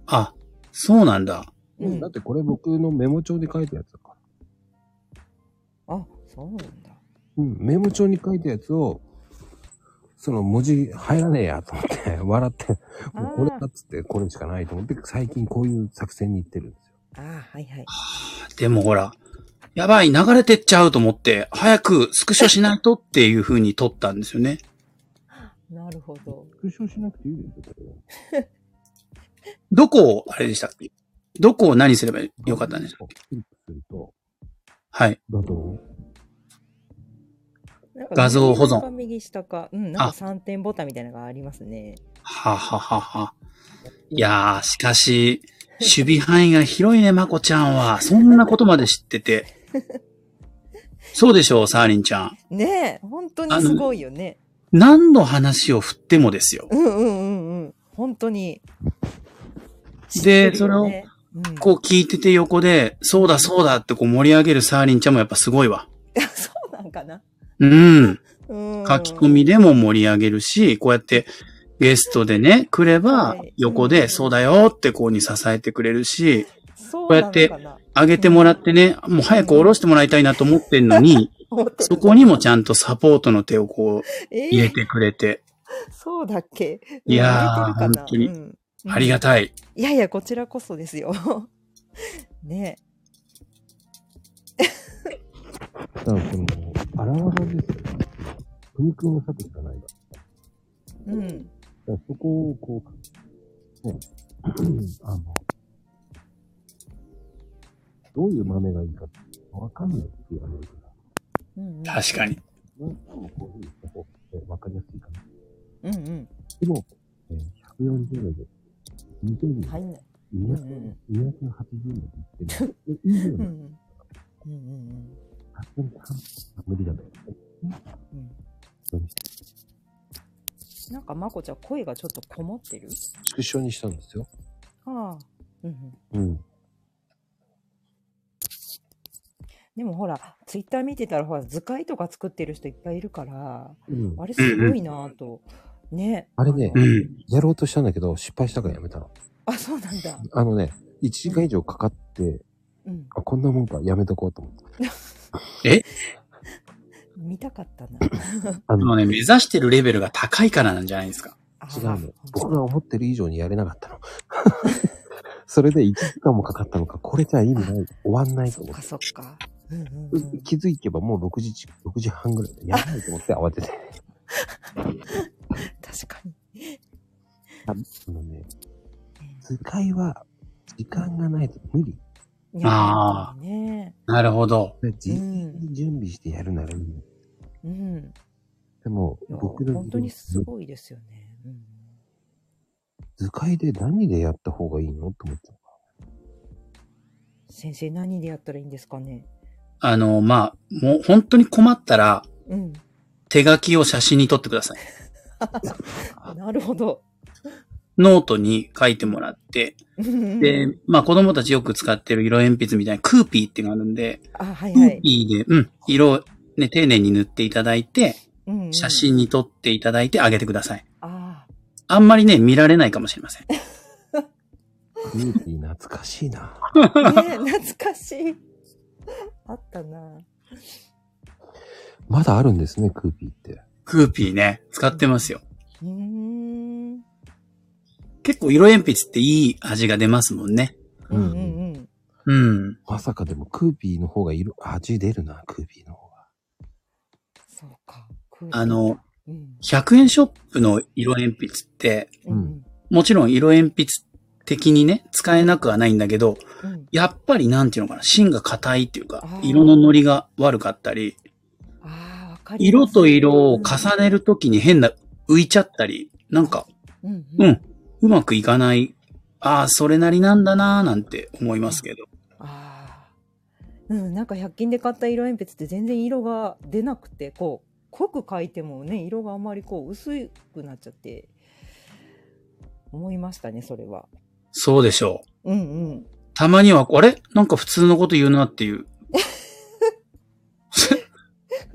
Speaker 6: あ、そうなんだ。
Speaker 2: うん。うん
Speaker 1: だってこれ僕のメモ帳に書いたやつだから。
Speaker 2: あ、そうなんだ。
Speaker 1: うん、メモ帳に書いたやつを、その文字入らねえやと思って、 笑って、もうこれだっつってこれしかないと思って、最近こういう作戦に行ってるんですよ。
Speaker 2: ああ、はいはい。
Speaker 6: でもほら、やばい、流れてっちゃうと思って、早くスクショしないとっていう風に撮ったんですよね。
Speaker 2: なるほど。
Speaker 1: スクショしなくていいですよ、これは
Speaker 6: どこを、あれでしたっけどこを何すればよかったんですか
Speaker 1: クリックすると、
Speaker 6: はい。
Speaker 1: だと、
Speaker 2: なんか
Speaker 6: 画像保存
Speaker 2: 右下か右下か。うん、なんか三点ボタンみたいなのがありますね。
Speaker 6: はははは。いやー、しかし、守備範囲が広いね、まこちゃんは。そんなことまで知ってて。 そうでしょう、サーリンちゃん。
Speaker 2: ねえ、本当にすごいよね。
Speaker 6: 何の話を振ってもですよ。
Speaker 2: うんうんうんうん。本当に。
Speaker 6: で、それを
Speaker 2: ねうん、
Speaker 6: こう聞いてて横で、そうだそうだってこう盛り上げるサーリンちゃんもやっぱすごいわ。
Speaker 2: そうなんかな。
Speaker 6: うん。
Speaker 2: うん。
Speaker 6: 書き込みでも盛り上げるし、こうやってゲストでね、来れば
Speaker 2: はい
Speaker 6: 横
Speaker 2: うん
Speaker 6: でそうだよってこうに支えてくれるし、
Speaker 2: そう
Speaker 6: う
Speaker 2: な
Speaker 6: や
Speaker 2: の
Speaker 6: って
Speaker 2: かな。
Speaker 6: 上げてもらってね、もう早く下ろしてもらいたいなと思ってんのに、
Speaker 2: 思ってる
Speaker 6: そこにもちゃんとサポートの手をこう
Speaker 2: え
Speaker 6: 入れ
Speaker 2: ー、
Speaker 6: てくれて、
Speaker 2: そうだっけ
Speaker 6: いやー
Speaker 2: うん入れてるかな
Speaker 6: 本当に
Speaker 2: うん
Speaker 6: ありがたい。
Speaker 2: いやいや、こちらこそですよ。 ね
Speaker 1: だからその、あらわですよ。組君を避けしかないから。
Speaker 2: え。うん。
Speaker 1: だからそこを、こう、ね、あの、どういう豆がいいか、わかんないって言われるから。
Speaker 2: うんうん。
Speaker 6: 確かに。
Speaker 1: ね、こういうふうにした方がわかりやすいかな。
Speaker 2: うんうん。
Speaker 1: でも、えー、140名で、20人、
Speaker 2: 入
Speaker 1: い、
Speaker 2: んない。うん
Speaker 1: 280
Speaker 2: うん
Speaker 1: 名で行ってる。えいいよ
Speaker 2: うん。う
Speaker 1: ね。
Speaker 2: んうんうん
Speaker 1: さすがに無理だね。
Speaker 2: うん。なんかまこちゃん声がちょっとこもってる
Speaker 1: 縮小にしたんですよ。
Speaker 2: ああ。うんうん。
Speaker 1: うん。
Speaker 2: でもほら、ツイッター見てたらほら、図解とか作ってる人いっぱいいるから、
Speaker 1: うん。
Speaker 2: あれすごいなぁと。ね。
Speaker 1: あれね
Speaker 6: う、ん。
Speaker 1: やろうとしたんだけど、失敗したからやめたの。
Speaker 2: あ、そうなんだ。
Speaker 1: あのね、1時間以上かかって、
Speaker 2: うん。
Speaker 1: あ、こんなもんか、やめとこうと思った。
Speaker 2: 見たかったな。
Speaker 1: あ
Speaker 6: で
Speaker 1: の、
Speaker 6: もね、目指してるレベルが高いからなんじゃないですか。
Speaker 2: あ
Speaker 1: 違う
Speaker 2: あ
Speaker 1: の。僕が思ってる以上にやれなかったの。 それで1時間もかかったのか、これじゃ意味ない、終わんないと
Speaker 2: そっ
Speaker 1: 思っ
Speaker 2: か
Speaker 1: て。
Speaker 2: そっか。うんうんうん。
Speaker 1: 気づいけばもう6時、6時半ぐらいで、やばいと思って慌てて。
Speaker 2: 確かに。
Speaker 1: あのね、図解は時間がないと無理。
Speaker 2: い
Speaker 6: ああ
Speaker 2: 本当にね。
Speaker 6: なるほど。
Speaker 1: 事前に準備してやるならいいの。
Speaker 2: うん。
Speaker 1: でも、
Speaker 2: いや
Speaker 1: 僕の
Speaker 2: 本当にすごいですよね。うん
Speaker 1: 図解で何でやった方がいいのと思って。
Speaker 2: 先生何でやったらいいんですかね。
Speaker 6: あの、まあ、もう本当に困ったら、
Speaker 2: うん。
Speaker 6: 手書きを写真に撮ってください。
Speaker 2: なるほど。
Speaker 6: ノートに書いてもらって、で、まあ子供たちよく使ってる色鉛筆みたいなクーピーっていうのがあるんで、
Speaker 2: あ、はい
Speaker 6: ク
Speaker 2: は
Speaker 6: ー
Speaker 2: い。
Speaker 6: ピーで、うん、色をね、丁寧に塗っていただいて、
Speaker 2: うんうん
Speaker 6: 写。真に撮っていただいてあげてください。
Speaker 2: ああ、
Speaker 6: あんまりね、見られないかもしれません。
Speaker 1: クーピー懐かしいな。
Speaker 2: ね、懐かしい。あったな。
Speaker 1: まだあるんですね、クーピーって。
Speaker 6: クーピーね、使ってますよ。
Speaker 2: うーん。うん
Speaker 6: 結構色鉛筆っていい味が出ますもんね。
Speaker 2: うんうん。
Speaker 6: うん。
Speaker 1: まさかでもクーピーの方が色、味出るな、クーピーの方が。
Speaker 2: そうか。クーピー
Speaker 6: あ、の、
Speaker 2: うん。
Speaker 6: 100円ショップの色鉛筆って、
Speaker 2: うんうん。
Speaker 6: もちろん色鉛筆的にね、使えなくはないんだけど、
Speaker 2: うん
Speaker 6: やっぱりなんていうのかな、芯が硬いっていうか
Speaker 2: あ、ー
Speaker 6: 色のノリが悪かったり、
Speaker 2: ああ、わかりま
Speaker 6: 色
Speaker 2: す
Speaker 6: と色を重ねるときに変な浮いちゃったり、なんか、
Speaker 2: うん
Speaker 6: う
Speaker 2: うん
Speaker 6: ん、うまくいかない、ああ、それなりなんだなーなんて思いますけど。
Speaker 2: ああ。うん、なんか100均で買った色鉛筆って全然色が出なくて、こう、濃く描いてもね、色があんまりこう、薄くなっちゃって、思いましたね、それは。
Speaker 6: そうでしょう。
Speaker 2: うんうん。
Speaker 6: たまには、あれなんか普通のこと言うなっていう。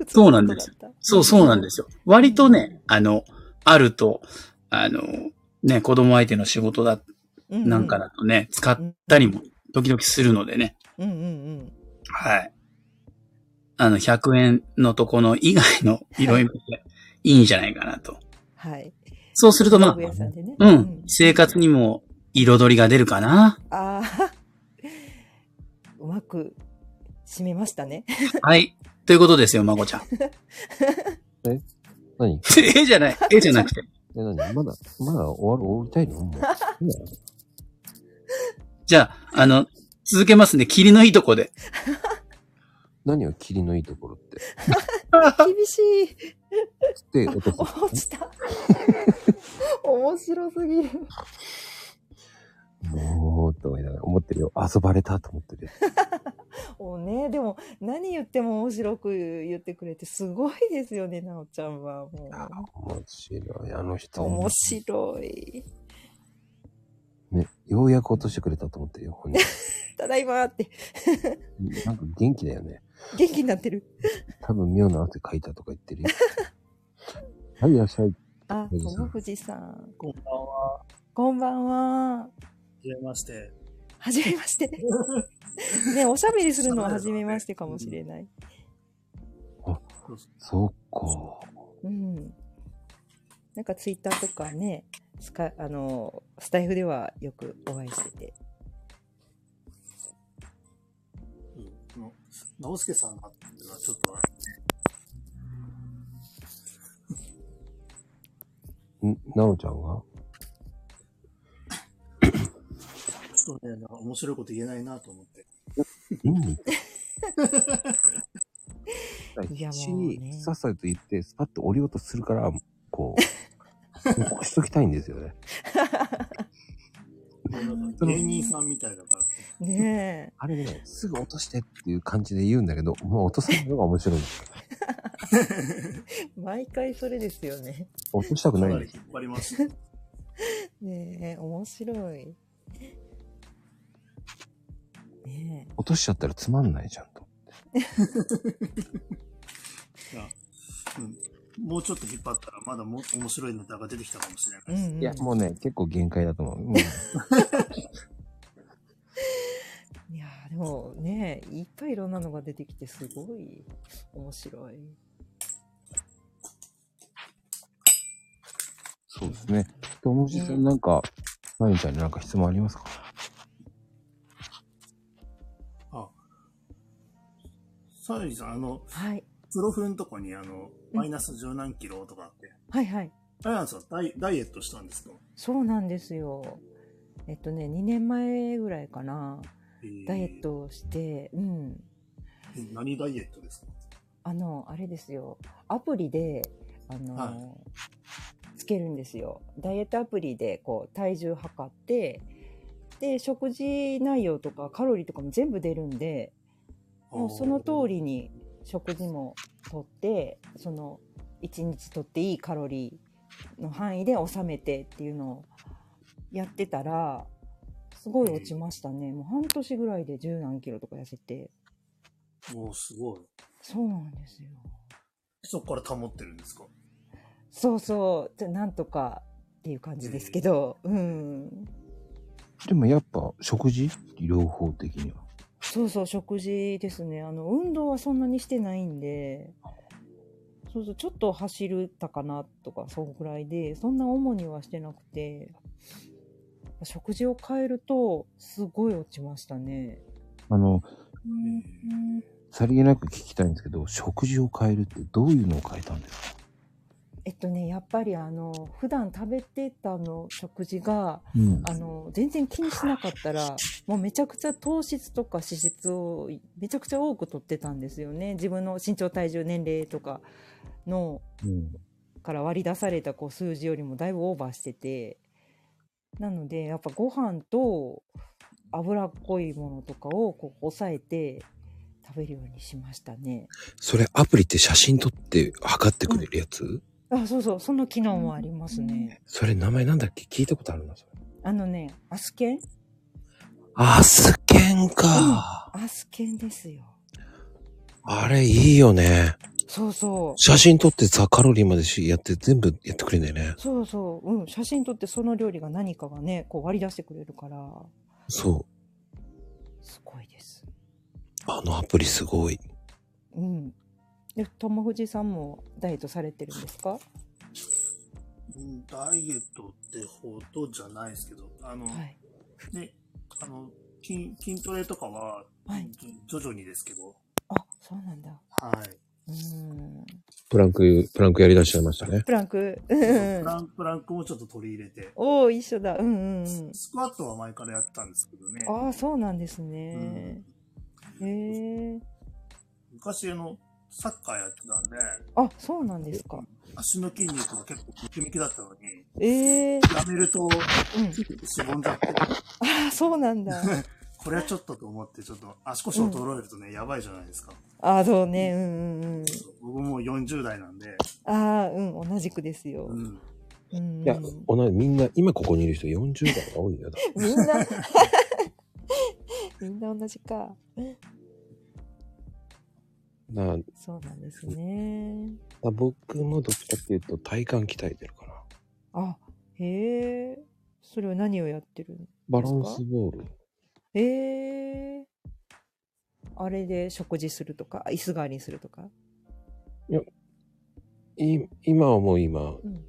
Speaker 6: そうなんです
Speaker 2: 普通のことだった。
Speaker 6: そう、そうなんですよ。割とね、あの、あると、あの、ね、子供相手の仕事だ、
Speaker 2: うう
Speaker 6: なんかだとね、使ったりも、時々するのでね。
Speaker 2: うんうん
Speaker 6: はい。あの、100円のとこの以外の色々いいんじゃないかなと。
Speaker 2: はい。
Speaker 6: そうすると、ま
Speaker 2: 道具屋さんでね
Speaker 6: あ、うん、生活にも彩りが出るかな。
Speaker 2: ああ、 うまく締めましたね。
Speaker 6: はい。ということですよ、まこちゃん。
Speaker 1: 何
Speaker 6: えじゃない。えじゃなくて。
Speaker 1: え、何まだ、 まだ終わる、終わりたいのもう。いいや
Speaker 6: じゃあ、あの、続けますね。霧のいいとこで。
Speaker 1: 何を霧のいいところって。
Speaker 2: 厳しい。
Speaker 1: つって落 とす。
Speaker 2: 落ちた。面白すぎる。
Speaker 1: もう、と思いながら思ってるよ。遊ばれたと思ってるよ。
Speaker 2: もうね、でも何言っても面白く言ってくれてすごいですよね、なおちゃんは。も
Speaker 1: 面白い。あの
Speaker 2: う
Speaker 1: 人。
Speaker 2: 面白い。
Speaker 1: ね、ようやく落としてくれたと思ってるよ。 本人
Speaker 2: ただいまって
Speaker 1: なんか元気だよね。
Speaker 2: 元気になってる。
Speaker 1: 多分妙な汗かいたとか言ってるよ。はい、いらっしゃい。
Speaker 2: あ、
Speaker 1: 富士山
Speaker 2: 友藤さん。
Speaker 8: こんばんは。は
Speaker 2: こんばんは。
Speaker 8: じめまして。
Speaker 2: はじめま して。ね、おしゃべりするのは初めましてかもしれない。
Speaker 1: そうか。
Speaker 2: うん。なんかツイッターとかね、スカあのスタイフではよくお会いしてて。
Speaker 8: うんの直輔さんがっていうのはちょっとあ
Speaker 1: ん、なおちゃんが
Speaker 8: れ、ちょっとね、なんか面白いこと言えないなと思って。
Speaker 1: 意味
Speaker 2: いや
Speaker 1: 必死
Speaker 2: もうね
Speaker 1: にさっさと言って、スパッと降りようとするから、こう、残しときたいんですよね。
Speaker 8: なんか芸人さんみたいだから。
Speaker 2: ね
Speaker 1: あれね、すぐ落としてっていう感じで言うんだけど、もう落とさないのが面白いんですよ。
Speaker 2: 毎回それですよね。
Speaker 1: 落としたく
Speaker 8: か
Speaker 1: ない
Speaker 8: なん
Speaker 1: で
Speaker 8: り
Speaker 1: す。
Speaker 8: 引っ張りました。
Speaker 2: ねえ、面白い。ねえ。
Speaker 1: 落としちゃったらつまんないじゃんと。
Speaker 8: うんもうちょっと引っ張ったら、まだも面白いネタが出てきたかもしれない。
Speaker 2: うん、うん。
Speaker 1: いや、もうね、結構限界だと思う。もう
Speaker 2: いやーでもねいっぱいいろんなのが出てきてすごい面白い。
Speaker 1: そうですね。ともしさんなんか、まゆみちゃんになんか質問ありますか
Speaker 8: サーリーさん、あの、
Speaker 2: はい。
Speaker 8: プロフのとこに、あの、マイナス十何キロとかあって、
Speaker 2: はいはい。
Speaker 8: あれなんですよダイ、ダイエットしたんですよ。
Speaker 2: そうなんですよ。えっとね、2年前ぐらいかな、
Speaker 8: えー
Speaker 2: ダイエッ。トをして、うん。
Speaker 8: え何ダイエットですか
Speaker 2: あの、あれですよ。アプリで、あの、
Speaker 8: は
Speaker 2: つけるんですよ。ダイエットアプリで、こう、体重測って、で、食事内容とかカロリーとかも全部出るんで、もうその通。りに食事もとってその1日とっていいカロリーの範囲で収めてっていうのをやってたらすごい落ちましたね、もう半年ぐらいで十何キロとか痩せて
Speaker 8: もうすごい。
Speaker 2: そうなんですよ
Speaker 8: そこから保ってるんですか
Speaker 2: そうそうじゃなんとかっていう感じですけど、うん
Speaker 1: でもやっぱ、食事療法的には。
Speaker 2: そうそう、食事ですね。あの、運動はそんなにしてないんで、そうそう、ちょっと走るたかなとか、そんくらいで、そんな主にはしてなくて、食事を変えると、すごい落ちましたね。
Speaker 1: あの、
Speaker 8: ん
Speaker 1: さりげなく聞きたいんですけど、食事を変えるってどういうのを変えたんですか
Speaker 2: えっとね、やっぱりあの、普段食べてたあの食事が、
Speaker 1: うん
Speaker 2: あの、全然気にしなかったら、もうめちゃくちゃ糖質とか脂質をめちゃくちゃ多く取ってたんですよね。自分の身長、体重、年齢とかの
Speaker 1: うん
Speaker 2: から割り出されたこう数字よりもだいぶオーバーしててなのでやっぱご飯と脂っこいものとかをこう抑えて食べるようにしましたね
Speaker 1: それアプリって写真撮って測ってくれるやつ、
Speaker 2: あそうそうその機能もありますね、
Speaker 1: それ名前なんだっけ聞いたことあるな、それ。
Speaker 2: あのねアスケン
Speaker 1: アスケンか。
Speaker 2: アスケンですよ
Speaker 1: あれいいよね。
Speaker 2: そうそう
Speaker 1: 写真撮ってさ、カロリーまでしやって全部やってくれんだよね。
Speaker 2: そうそう、うん、写真撮ってその料理が何かがねこう割り出してくれるから
Speaker 1: そう。
Speaker 2: すごいです
Speaker 1: あのアプリすごい。
Speaker 2: うんで友藤さんもダイエットされてるんですか
Speaker 8: うんダイエットってほどじゃないですけど、あの、
Speaker 2: はい
Speaker 8: ね、あの、筋、筋トレとかは、
Speaker 2: はい
Speaker 8: じょ徐々にですけど、
Speaker 2: あそうなんだ
Speaker 8: はい。
Speaker 2: うん
Speaker 1: プランク、プランクやりだしちゃいましたね。
Speaker 2: プランク。
Speaker 8: プランプランクもちょっと取り入れて、
Speaker 2: おお、一緒だ。うんうんうん。
Speaker 8: スクワットは前からやってたんですけどね。
Speaker 2: ああ、そうなんです
Speaker 8: う
Speaker 2: ね
Speaker 8: ん。
Speaker 2: へえ。
Speaker 8: 昔、あの、サッカーやってたんで、
Speaker 2: あ、そうなんですか。
Speaker 8: 足の筋肉が結構ムキムキだったのに、
Speaker 2: ええ。
Speaker 8: やめると、
Speaker 2: うん。
Speaker 8: しぼんじゃって、
Speaker 2: ああ、そうなん だ。
Speaker 8: これはちょっとと思って、ちょっと足腰を衰えるとね、やばいじゃないですか。
Speaker 2: ああ、そうね。うんうんうん。
Speaker 8: 僕もう40代なんで、
Speaker 2: ああ、うん、同じくですよ
Speaker 8: う。ん。
Speaker 2: うんうん。
Speaker 1: いや、同じ、みんな、今ここにいる人40代が多いよ。だから
Speaker 2: みんな、 みんな同じか。
Speaker 1: だからだか
Speaker 2: そうなんですね。
Speaker 1: ら僕もどっちかっていうと体幹鍛えてるかな。
Speaker 2: あ、へえ。それは何をやってるの
Speaker 1: バランスボール。
Speaker 2: ええあれで食事するとか、椅子代わりにするとか。
Speaker 1: い今はもう今、
Speaker 2: うん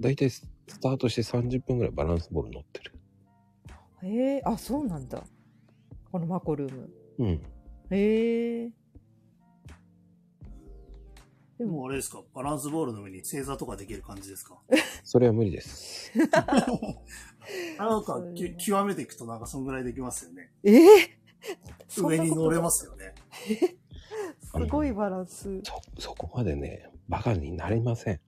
Speaker 1: だいたいスタートして30分ぐらいバランスボール乗ってる。
Speaker 2: ええあ、そうなんだ。このマコルーム。
Speaker 1: うん。
Speaker 2: ええ
Speaker 8: でもうあれですか、バランスボールの上に正座とかできる感じで すか
Speaker 1: それは無理です。
Speaker 8: なんか、き極めていくとなんかそんぐらいできますよね。
Speaker 2: ええそん
Speaker 8: 上
Speaker 2: なこと
Speaker 8: に乗れますよね。
Speaker 1: あの
Speaker 2: すごいバランス。
Speaker 1: そ、そこまでね、バカになれません。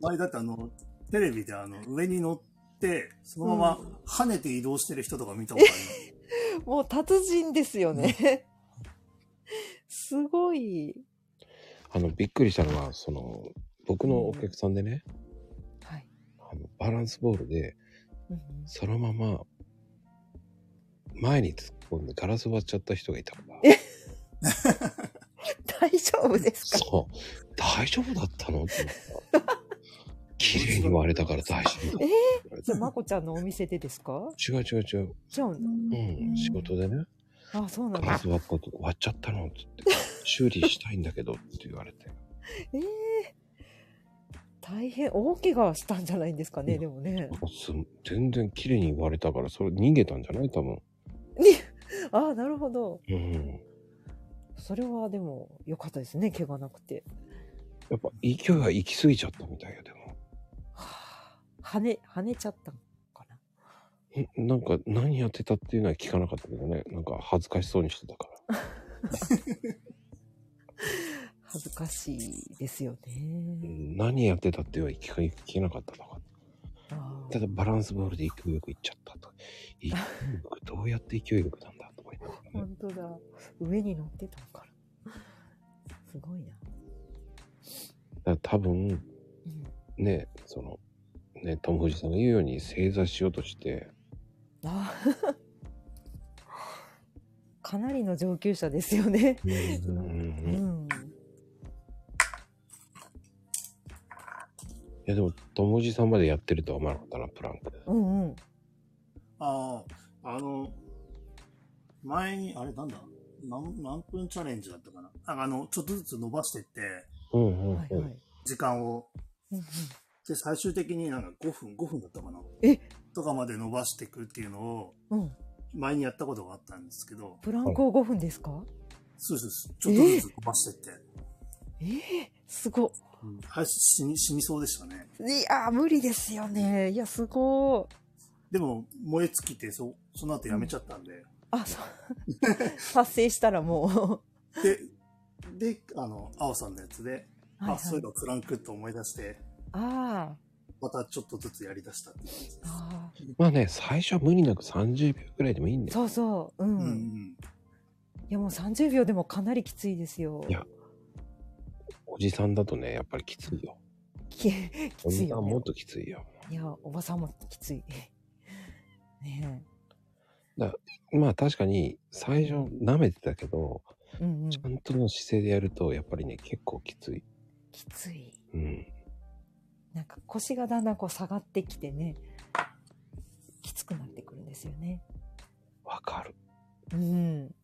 Speaker 8: 前だってあの、テレビであの、上に乗って、そのまま跳ねて移 動してる人とか見たことあります。
Speaker 2: もう達人ですよね。
Speaker 3: すごい。
Speaker 1: あの、びっくりしたのは、その、僕のお客さんでね、
Speaker 2: はい。
Speaker 1: あのバランスボールで、
Speaker 2: うん
Speaker 1: そのまま、前に突っ込んでガラス割っちゃった人がいたから。
Speaker 2: 大丈夫ですか
Speaker 1: そう。大丈夫だったのって言った。綺麗に割れたから大丈夫だ。
Speaker 2: えー
Speaker 1: え
Speaker 2: じゃあ、まこちゃんのお店でですか
Speaker 1: 違う違う違う。
Speaker 2: じゃあ、
Speaker 1: うん、仕事でね、
Speaker 2: あ、そうな
Speaker 1: ガ
Speaker 2: んだ
Speaker 1: ラ。ス割ったとこ割っちゃったのって言って、修理したいんだけどって言われて。
Speaker 2: えー、大変、大怪我したんじゃないんですか
Speaker 1: う
Speaker 2: ね、
Speaker 1: ん
Speaker 2: でもね。
Speaker 1: す全然綺麗に割れたから、それ逃げたんじゃない多分。
Speaker 2: ああ、なるほど。
Speaker 1: うん。
Speaker 2: それはでも良かったですね、怪我なくて。
Speaker 1: やっぱ勢いは行き過ぎちゃったみたいやでも。
Speaker 2: はあ跳ね、跳ねちゃったのかな。
Speaker 1: んなんか何やってたっていうのは聞かなかったけどね。なんか恥ずかしそうにしてたから。
Speaker 2: 恥ずかしいですよ
Speaker 1: う
Speaker 2: ね。
Speaker 1: ん何やってたっていうのは聞か聞けなかったとか。
Speaker 2: あ
Speaker 1: ただバランスボールで勢いよく行っちゃったと。勢い よくどうやって勢いよくなんだとか言って
Speaker 2: あ、本当だ。上に乗ってたのかな。すごいな。
Speaker 1: だから多分
Speaker 2: うん
Speaker 1: ね、その、ね、トム・フジさんが言うように正座しようとして、
Speaker 2: あ ーかなりの上級者ですよね。
Speaker 1: うん
Speaker 2: う
Speaker 1: い
Speaker 2: ん。
Speaker 1: やでもトム・フジさんまでやってるとは思わなかったな、プランク。
Speaker 2: うんうん。
Speaker 8: ああ、あの、前に、あれなんだ何、何分チャレンジだったかなああの、ちょっとずつ伸ばしてって、
Speaker 1: うんうん
Speaker 2: はい
Speaker 1: うん。
Speaker 2: はい。
Speaker 8: 時間を。
Speaker 2: うんうん
Speaker 8: で、最終的になんか5分、5分だったかな
Speaker 2: え
Speaker 8: とかまで伸ばしていくっていうのを、
Speaker 2: うん。
Speaker 8: 前にやったことがあったんですけど、
Speaker 2: ブランコ5分ですか
Speaker 8: そうそうそう、ちょっとずつ伸ばしてって、
Speaker 2: ええすごっ。
Speaker 8: うん、はい、死に、死にそうでしたね。
Speaker 2: いや、無理ですよね。いや、すごい。
Speaker 8: でも、燃え尽きて、そ、その後やめちゃったんで、
Speaker 2: あ、そう。達成したらも
Speaker 8: で、で、あの、青さんのやつで、
Speaker 2: う。はいはい
Speaker 8: あ、そういえばクランクって思い出して、
Speaker 2: あ
Speaker 8: またちょっとずつやり出したって感じです
Speaker 2: あ。。ああ。
Speaker 1: まあね、最初は無理なく30秒くらいでもいいんだよ。
Speaker 2: そうそう。うん。
Speaker 8: うんう
Speaker 2: い
Speaker 8: ん。
Speaker 2: や、もう30秒でもかなりきついですよ。
Speaker 1: いやおじさんだとね、やっぱりきついよ。
Speaker 2: きき
Speaker 1: お
Speaker 2: つ
Speaker 1: じ
Speaker 2: い
Speaker 1: さ
Speaker 2: よ、
Speaker 1: んも
Speaker 2: ね
Speaker 1: っ。ときついよ。
Speaker 2: いや、おばさんもきつい。ね
Speaker 1: まあ確かに最初舐めてたけど、
Speaker 2: え。うんうん。
Speaker 1: ちゃんとの姿勢でやるとやっぱりね、結構きつい。
Speaker 2: きつい。
Speaker 1: うん。
Speaker 2: なんか腰がだんだんこう下がってきてね、きつくなってくるんですよね。
Speaker 1: わかる。
Speaker 2: うん。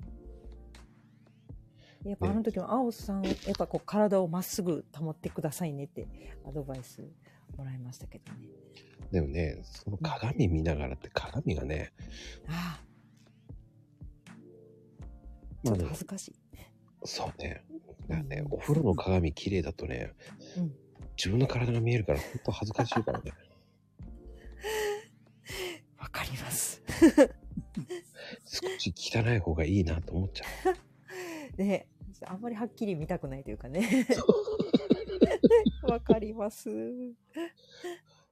Speaker 2: やっぱあの時も青さんは、やっぱこう体をまっすぐ保ってくださいねってアドバイスもらいましたけどね。
Speaker 1: でもね、その鏡見ながらって鏡がね、
Speaker 2: ああ、
Speaker 1: ま
Speaker 2: ちょ
Speaker 1: あ
Speaker 2: っと
Speaker 1: ね
Speaker 2: 恥ずかしい。
Speaker 1: そうね。だからね、お風呂の鏡綺麗だとね、
Speaker 2: うん
Speaker 1: 自分の体が見えるから、ほんと恥ずかしい からね。
Speaker 2: わかります。
Speaker 1: 少し汚い方がいいなと思っちゃ
Speaker 2: ね、あんまりはっきり見たくないというかね。わかります。
Speaker 1: う。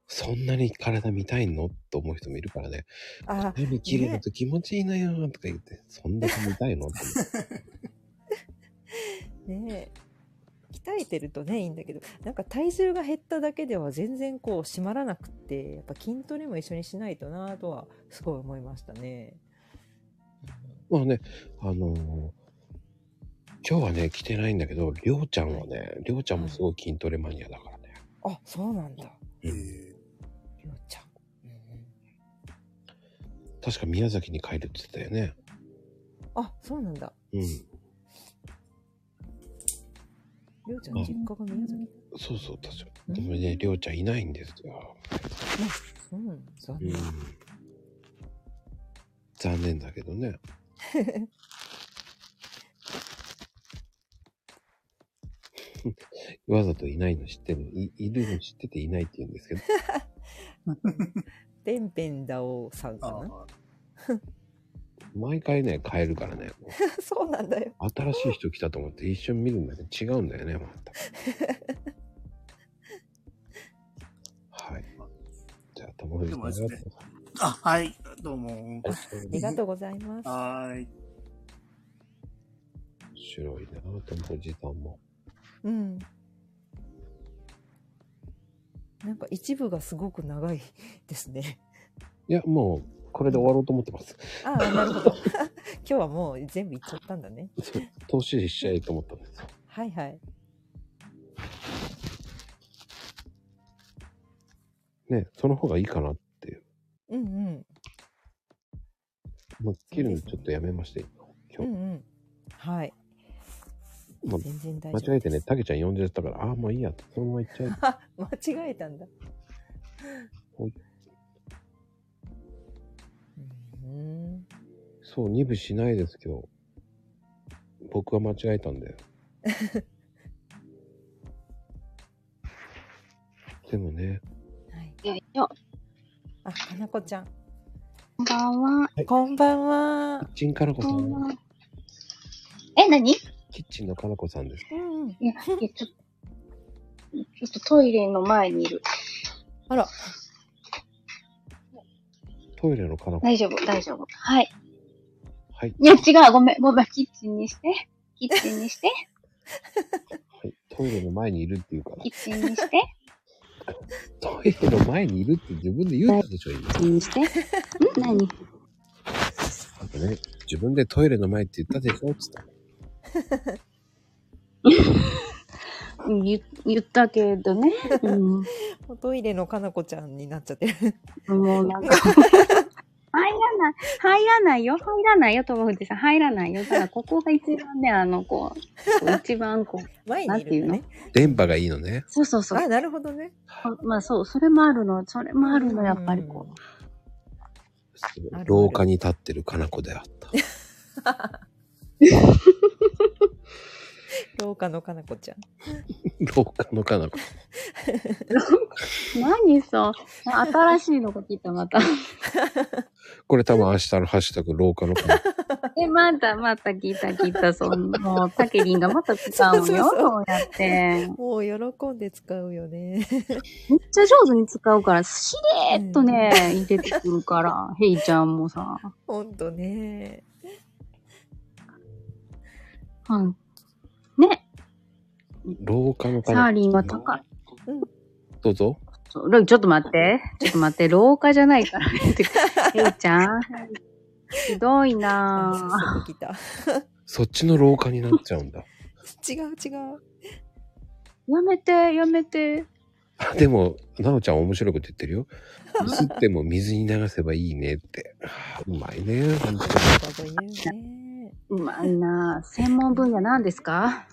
Speaker 1: そんなに体見たいのと思う人もいるからね。
Speaker 2: あ
Speaker 1: 鏡綺麗だと気持ちいいなよとか言って、そんだけ見たいのって思う。
Speaker 2: ね鍛えてるとね、いいんだけど、なんか体重が減っただけでは全然こう締まらなくって、やっぱ筋トレも一緒にしないとなぁとはすごい思いましたね。
Speaker 1: まあね、あのー今日はね、来てないんだけど、りょうちゃんはね、りょうちゃんもすごい筋トレマニアだからね。
Speaker 2: あ、そうなんだ。
Speaker 8: え
Speaker 2: りょうちゃん。
Speaker 1: 確か宮崎に帰るって言ってたよね。
Speaker 2: あ、そうなんだ。
Speaker 1: うん。
Speaker 2: りょうちゃん、実家が宮崎。
Speaker 1: そうそう、確か
Speaker 2: うん
Speaker 1: でもね、りょうちゃんいないんですよ。
Speaker 2: そうなんだ。残
Speaker 1: うん
Speaker 2: 念。
Speaker 1: 残念だけど ね。わざといないの知ってるいいるの知ってていないって言うんですけど、
Speaker 2: ペンペンダオさん
Speaker 8: あ
Speaker 2: かな。
Speaker 8: あ、
Speaker 1: 毎回ね、変えるからね、
Speaker 2: そうなんだよ。
Speaker 1: 新しい人来たと思って一瞬見るんだけど違うんだよね、ま た。はい。じゃあ、友藤さんありがとう
Speaker 8: あ、はい、どうも。
Speaker 1: ございます
Speaker 2: ありがとうございます。
Speaker 8: はーい。
Speaker 1: し白いなと思う時短も。
Speaker 2: うん。なんか一部がすごく長いですね。
Speaker 1: いや、もう、これで終わろうと思ってます。
Speaker 2: ああ、なるほど。 今日はもう全部いっちゃったんだね。
Speaker 1: 投資しちゃえと思ったんですよ。
Speaker 2: はいはい。
Speaker 1: ね、その方がいいかなっていう。
Speaker 2: うんうん。
Speaker 1: もう切るのちょっとやめましたよ。
Speaker 2: う
Speaker 1: 今
Speaker 2: ん
Speaker 1: 日。
Speaker 2: うん。はい。
Speaker 1: もう
Speaker 2: 全然大丈夫です。
Speaker 1: 間違えてね、たけちゃん呼んじゃったから、ああ、もういいやって、そのまま行っちゃう。
Speaker 2: あ。 間違えたんだ。
Speaker 1: ほいう
Speaker 2: ーん。
Speaker 1: そう、二部しないですけど、僕は間違えたん で。でもね、
Speaker 2: はい。
Speaker 9: よいしょ。
Speaker 2: あ、かなこちゃん。
Speaker 9: こんばんは。
Speaker 2: こんばんは。
Speaker 1: キッチンかなこさ
Speaker 9: こんばん
Speaker 1: ん、
Speaker 9: は。え、何い
Speaker 1: キッチンのかなこさんです。
Speaker 2: うんうん。
Speaker 9: や、いやちょっと、ちょっとトイレの前にいる。
Speaker 2: あら。
Speaker 1: トイレのかなこ。
Speaker 9: 大丈夫、大丈夫。はい。
Speaker 1: はい。
Speaker 9: いや、違う。ごめん、ごめん。キッチンにして。キッチンに して。
Speaker 1: はい。トイレの前にいるっていうから
Speaker 9: キ、ッチンにして。
Speaker 1: トイレの前にいるって自分で言ったでしょ、今。
Speaker 9: キッチンにして。 ん何
Speaker 1: あとね、自分でトイレの前って言ったでしょ、つって。
Speaker 9: うん言言ったけどね。うん
Speaker 2: おトイレのかなこちゃんになっちゃってる。
Speaker 9: もうなん か。入らない、入らないよ、入らないよ、友藤さん、入らないよ。ただ、ここが一番ね、あの、こう、一番こう、
Speaker 2: 前にいるんだね。
Speaker 1: 電波がいいのね。
Speaker 9: そうそうそう
Speaker 2: あ、、なるほどね。
Speaker 9: まあそう、それもあるの、それもあるの、やっぱりこう。
Speaker 1: そう
Speaker 2: ある
Speaker 1: 廊下に立ってるかなこであった。
Speaker 2: 廊下のかなこちゃん。
Speaker 1: 廊下のかなこ。
Speaker 9: 何さ、新しいのが来た、また。
Speaker 1: これ多分明日のハッシュタグ廊下のかなこ。
Speaker 9: え、また、また聞いた、聞いた、その、もう、たけりんがまた使うのよ、
Speaker 2: そうそうそう
Speaker 9: そうやって。
Speaker 2: もう喜んで使うよね。
Speaker 9: めっちゃ上手に使うから、しれーっとね、出てくる から、ヘイちゃんもさ。
Speaker 2: ほんとね。
Speaker 9: うん。ね、
Speaker 1: 廊下のか
Speaker 9: サ
Speaker 1: な
Speaker 9: ーリンは高い。
Speaker 1: どうぞ。
Speaker 9: そうろちょっと待って。ちょっと待って。廊下じゃない からね。てかヘイちゃん。ひどい
Speaker 2: あ
Speaker 9: な
Speaker 2: 早速来た。
Speaker 1: そっちの廊下になっちゃうんだ。
Speaker 2: 違う違う。
Speaker 9: ぁ。やめて、やめて。
Speaker 1: あでも、なおちゃん面白いこと言ってるよ。吸っても水に流せばいいねって。あうまいね。本当に
Speaker 2: こと言うね。
Speaker 9: うまいなぁ。専門分野何ですか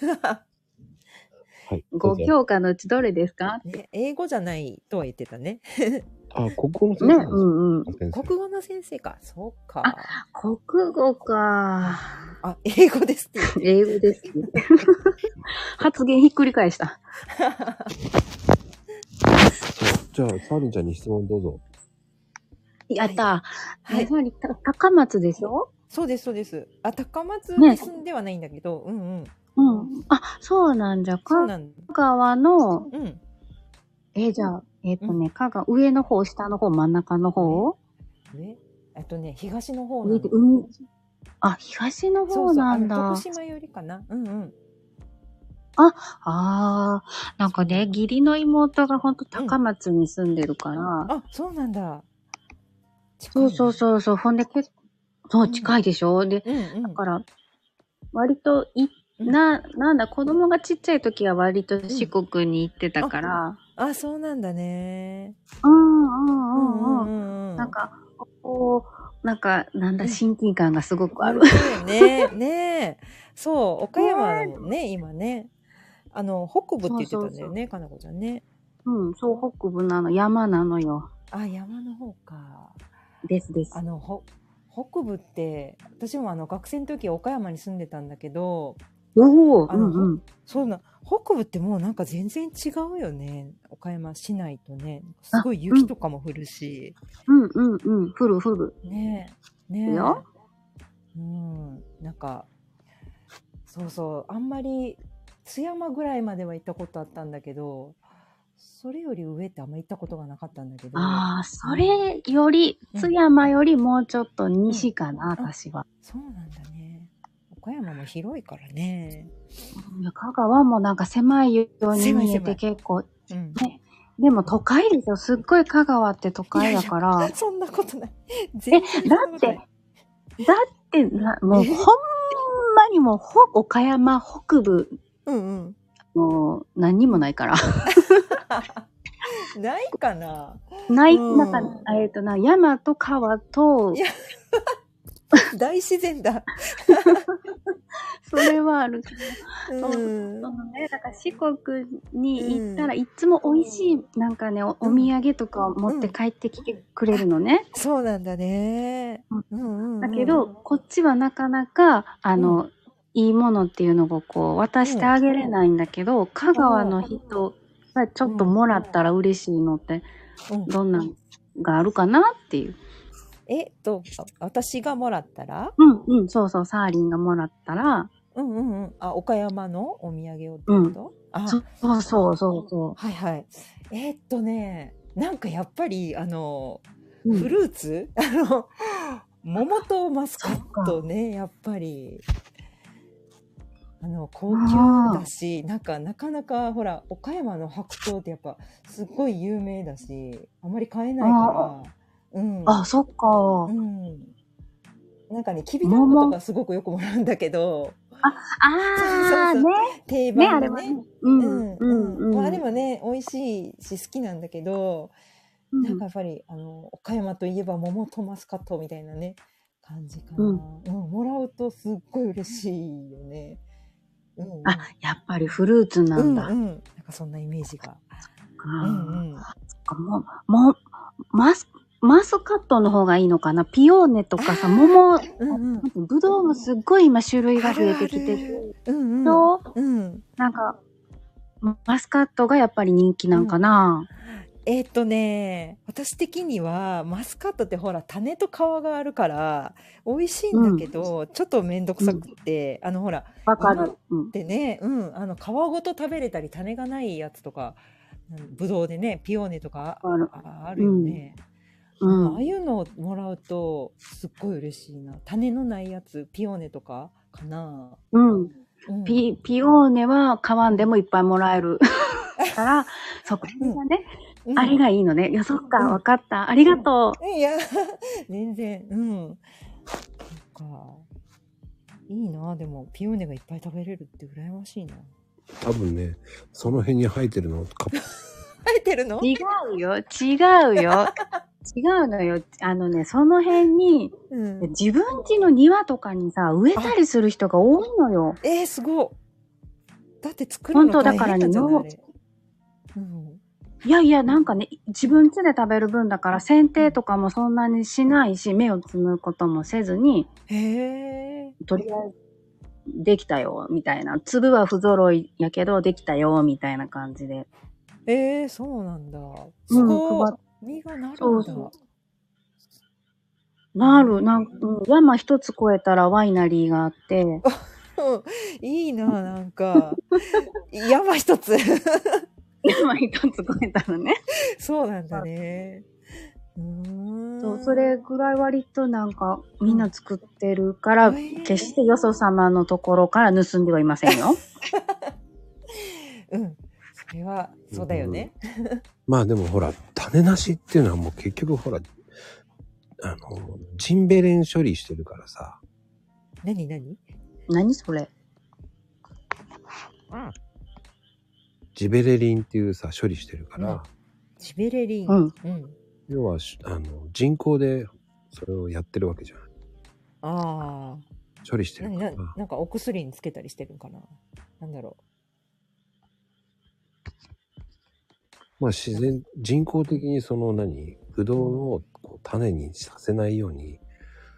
Speaker 1: はい。ど
Speaker 9: ご
Speaker 1: うぞ
Speaker 9: 教科のうちどれですか
Speaker 2: ね、英語じゃないとは言ってたね。
Speaker 1: あ、国語の先
Speaker 9: ね、
Speaker 1: 生
Speaker 9: う。んうん。
Speaker 1: 先生
Speaker 2: 国語の先生か。そうか。
Speaker 9: 国語か
Speaker 2: あ、英語ですって。
Speaker 9: 英語です ね。発言ひっくり返した。
Speaker 1: そうじゃあ、サーリンちゃんに質問どうぞ。
Speaker 9: やったー。
Speaker 2: は
Speaker 9: はいい、。た高松でしょ
Speaker 2: そうです、そうです。あ、高松
Speaker 9: ね
Speaker 2: に住んではないんだけど、うんうん。
Speaker 9: うん。あ、そうなんじゃ。
Speaker 2: そう
Speaker 9: 香
Speaker 2: なん
Speaker 9: 川の
Speaker 2: うん。
Speaker 9: えーじゃあ、えっ、とね、かが、上の方、下の方、真ん中の方
Speaker 2: ね。えっとね、東の方なの
Speaker 9: 上で、海、あ、東の方なんだ。
Speaker 2: そうそうあの
Speaker 9: あ
Speaker 2: 徳島よりかな。うんうん。
Speaker 9: あー、なんかね、義理の妹がほんと高松に住んでるから、
Speaker 2: あ、そうなんだ。
Speaker 9: そうそうそうそう、ほんで結構、そうう、
Speaker 2: ん
Speaker 9: 近いでしょ、で、
Speaker 2: う。うんう
Speaker 9: だ
Speaker 2: ん。
Speaker 9: から、割とい、
Speaker 2: うん
Speaker 9: な、なんだ、子供がちっちゃい時は割と四国に行ってたから、
Speaker 2: あ、そうなんだね。
Speaker 9: うん、う、
Speaker 2: うん
Speaker 9: うん、うん。
Speaker 2: んうん。
Speaker 9: なん、か、こう、なんか、なんだ、親近感がすごくある。
Speaker 2: ねねそう、岡山だもんね、今ね。あの、北部って言ってたんだよね、かなこちゃんね。
Speaker 9: うん、そう、北部なの、山なのよ。
Speaker 2: あ、山の方か。
Speaker 9: ですです。
Speaker 2: あの、ほ、北部って、私もあの、学生の時岡山に住んでたんだけど、
Speaker 9: おお、
Speaker 2: あ
Speaker 9: う
Speaker 2: の
Speaker 9: んうん。
Speaker 2: そうな、北部ってもうなんか全然違うよね。岡山市内とね。すごい雪とかも降るし。
Speaker 9: うんうんうん。降る降る。
Speaker 2: ねえ。ねえ。
Speaker 9: よ
Speaker 2: うん。なんか、そうそう。あんまり、津山ぐらいまでは行ったことあったんだけど、それより上ってあんまり行ったことがなかったんだけど。
Speaker 9: ああ、それより、津山よりもうちょっと西か
Speaker 2: う
Speaker 9: な、
Speaker 2: ん
Speaker 9: 私は。
Speaker 2: そうなんだね。岡山も広いからね。
Speaker 9: 香川もなんか狭いように見え
Speaker 2: 狭
Speaker 9: て
Speaker 2: い
Speaker 9: 結構、
Speaker 2: うん。
Speaker 9: でも都会ですよ。すっごい香川って都会だから。
Speaker 2: そんなことない。
Speaker 9: え、だ
Speaker 2: 全然そんな
Speaker 9: っ
Speaker 2: こと
Speaker 9: て
Speaker 2: ない、
Speaker 9: だってな、もう
Speaker 2: え
Speaker 9: ほんまにもうほ、岡山北部、
Speaker 2: うん
Speaker 9: もう何にもないから。
Speaker 2: うん。ないかな
Speaker 9: ない、
Speaker 2: うん
Speaker 9: なんか、えっ、とな、山と川と
Speaker 2: い、や大自然だ。
Speaker 9: それはあるけど、
Speaker 2: うん
Speaker 9: そ。の ね、だから四国に行ったらいつも美味しい、なんかね、おお土産とかを持って帰ってきてくれるのね。
Speaker 2: そうなんだね。うんうんうん
Speaker 9: だけど、、こっちはなかなか、あの、いいものっていうのをこう渡してあげれないんだけど、香川の人がちょっともらったら嬉しいのって、
Speaker 2: うん
Speaker 9: どんなんがあるかなっていう。
Speaker 2: えっと、あ私がもらったら
Speaker 9: うんうん、そうそう、サーリンがもらったら、
Speaker 2: うんうんうん。あ、岡山のお土産をってこと、あ、
Speaker 9: そそうそうそうそ
Speaker 2: はいはい。えーっとね、なんかやっぱり、あの、
Speaker 9: う。うん
Speaker 2: フルーツ、 あの、桃とマスカッ
Speaker 9: そ
Speaker 2: トね、やっぱり。あの、高級だし、なんか、なかなか、ほら、岡山の白桃ってやっぱ、すっごい有名だし、あまり買えないから。うん。
Speaker 9: あ、そっか
Speaker 2: う。ん。なんかね、きびだんごとかすごくよくもらうんだけど、
Speaker 9: ああ、
Speaker 2: そうそう
Speaker 9: ね。
Speaker 2: 定
Speaker 9: ね、あ
Speaker 2: 番
Speaker 9: れ
Speaker 2: の
Speaker 9: は
Speaker 2: ね。
Speaker 9: ね。う
Speaker 2: うん
Speaker 9: ん、
Speaker 2: う
Speaker 9: うん、
Speaker 2: ん、
Speaker 9: うん。
Speaker 2: まあ、あれもね美味しいし好きなんだけど、
Speaker 9: うん
Speaker 2: なんかやっぱりあの岡山といえば桃とマスカットみたいなね感じかな、
Speaker 9: う
Speaker 2: うんもらうとすっごい嬉しいよね、うんうん、
Speaker 9: あ、やっぱりフルーツなんだ。
Speaker 2: うんうん、なんかそんなイメージが、うん
Speaker 9: うん
Speaker 2: うん、
Speaker 9: もう、もう、マス、マスカットの方がいいのかなピオーネとかさ、桃、
Speaker 2: うんうん
Speaker 9: ぶどうもすっごい今種類が増えてきて
Speaker 2: あるあ
Speaker 9: る
Speaker 2: うんうん
Speaker 9: と、
Speaker 2: うん
Speaker 9: なんか、マスカットがやっぱり人気なんかな、
Speaker 2: えーっとね私的にはマスカットってほら種と皮があるから美味しいんだけど、ちょっと面倒くさくって、あのほら
Speaker 9: わか
Speaker 2: うん
Speaker 9: る。うん。
Speaker 2: でね、うん、あの皮ごと食べれたり種がないやつとか、うんぶどうでねピオーネとか
Speaker 9: わかる。
Speaker 2: ああるよね、
Speaker 9: う
Speaker 2: あ
Speaker 9: ん
Speaker 2: あ。いうのをもらうとすっごい嬉しいな種のないやつピオーネとかかな、
Speaker 9: うん。
Speaker 2: うん、
Speaker 9: ピピオーネは買わんでもいっぱいもらえるから、そこがね、
Speaker 2: うん
Speaker 9: あれがいいのね。いや、そっか、わかった。ありがと
Speaker 2: いや 全然うんそっかいいなでもピオーネがいっぱい食べれるって羨ましいな
Speaker 1: 多分ね、その辺に生えてるの、カッ
Speaker 2: 生えてるの
Speaker 9: う。違うよ、違うよ。違うのよ。あのね、その辺に、
Speaker 2: うん
Speaker 9: 自分家の庭とかにさ、植えたりする人が多いのよ。
Speaker 2: えー、すごいだって作るの
Speaker 9: 本当
Speaker 2: 大
Speaker 9: だか
Speaker 2: 変
Speaker 9: ら
Speaker 2: な
Speaker 9: ね
Speaker 2: んじゃない
Speaker 9: 農
Speaker 2: あれうん
Speaker 9: いやいや、なんかね、自分家で食べる分だから、剪定とかもそんなにしないし、目をつむることもせずに、
Speaker 2: へえ。
Speaker 9: とりあえず、できたよ、みたいな。粒は不揃いやけど、できたよ、みたいな感じで。
Speaker 2: えー、そうなんだ。すごい
Speaker 9: 配っ。
Speaker 2: 実がなるんだ。
Speaker 9: そうそなる、なんか、うん山一つ越えたらワイナリーがあって、
Speaker 2: うんいいな、なんか。 山一つ。
Speaker 9: 山一つ越えたらね。
Speaker 2: そうなんだね。うーん。
Speaker 9: そう、それぐらい割となんか、みんな作ってるから、
Speaker 2: えー
Speaker 9: 決してよそ様のところから盗んではいません よ。
Speaker 2: うん。それは、そうだよね。
Speaker 1: まあでもほら、種なしっていうのはもう結局ほら、あの、ジンベレン処理してるからさ、
Speaker 2: 何何
Speaker 9: 何それ
Speaker 1: ジベレリンっていうさ、処理してるから、
Speaker 2: ジベレリン。
Speaker 9: うん。
Speaker 2: うん。
Speaker 1: 要はし、あの、人工でそれをやってるわけじゃん。
Speaker 2: ああ。
Speaker 1: 処理してる
Speaker 2: 何
Speaker 1: から
Speaker 2: 何。なんかお薬につけたりしてるんかな。なんだろ
Speaker 1: まあ自然、人工的にその何、ブドウをこう種にさせないように、
Speaker 2: う。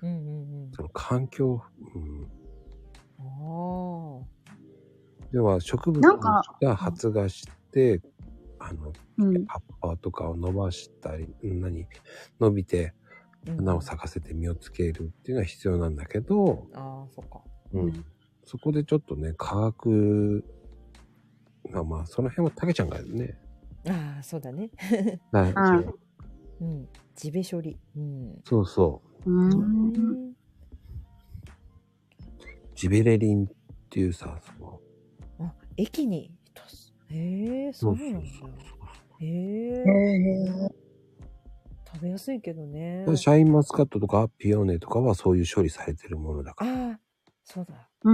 Speaker 2: うんうんうん
Speaker 1: その環境、うん、。
Speaker 2: ああ。
Speaker 1: 要は植物
Speaker 9: なんか
Speaker 1: が発芽して、あの、
Speaker 9: うん。
Speaker 1: 葉っぱとかを伸ばしたり、うん何、伸びて、
Speaker 2: うん
Speaker 1: 花を咲かせて実をつけるっていうのは必要なんだけど、
Speaker 2: ああ、そっか。
Speaker 1: うん
Speaker 9: うん
Speaker 1: そこでちょっとね科学がまあその辺はたけちゃんがね
Speaker 2: ああ、そうだね。
Speaker 1: だ
Speaker 9: はい
Speaker 1: そう
Speaker 2: うん。ジベ処理。うん。
Speaker 1: そうそう
Speaker 9: ーん。
Speaker 6: ジ
Speaker 1: ジベレリンっていうさ、その、
Speaker 2: あ駅にへえそうなんだへ
Speaker 9: へ
Speaker 2: え
Speaker 9: え。
Speaker 2: 食べやすいけどね
Speaker 1: シャインマスカットとかピオーネとかはそういう処理されてるものだから。
Speaker 2: ああそうだ
Speaker 9: うー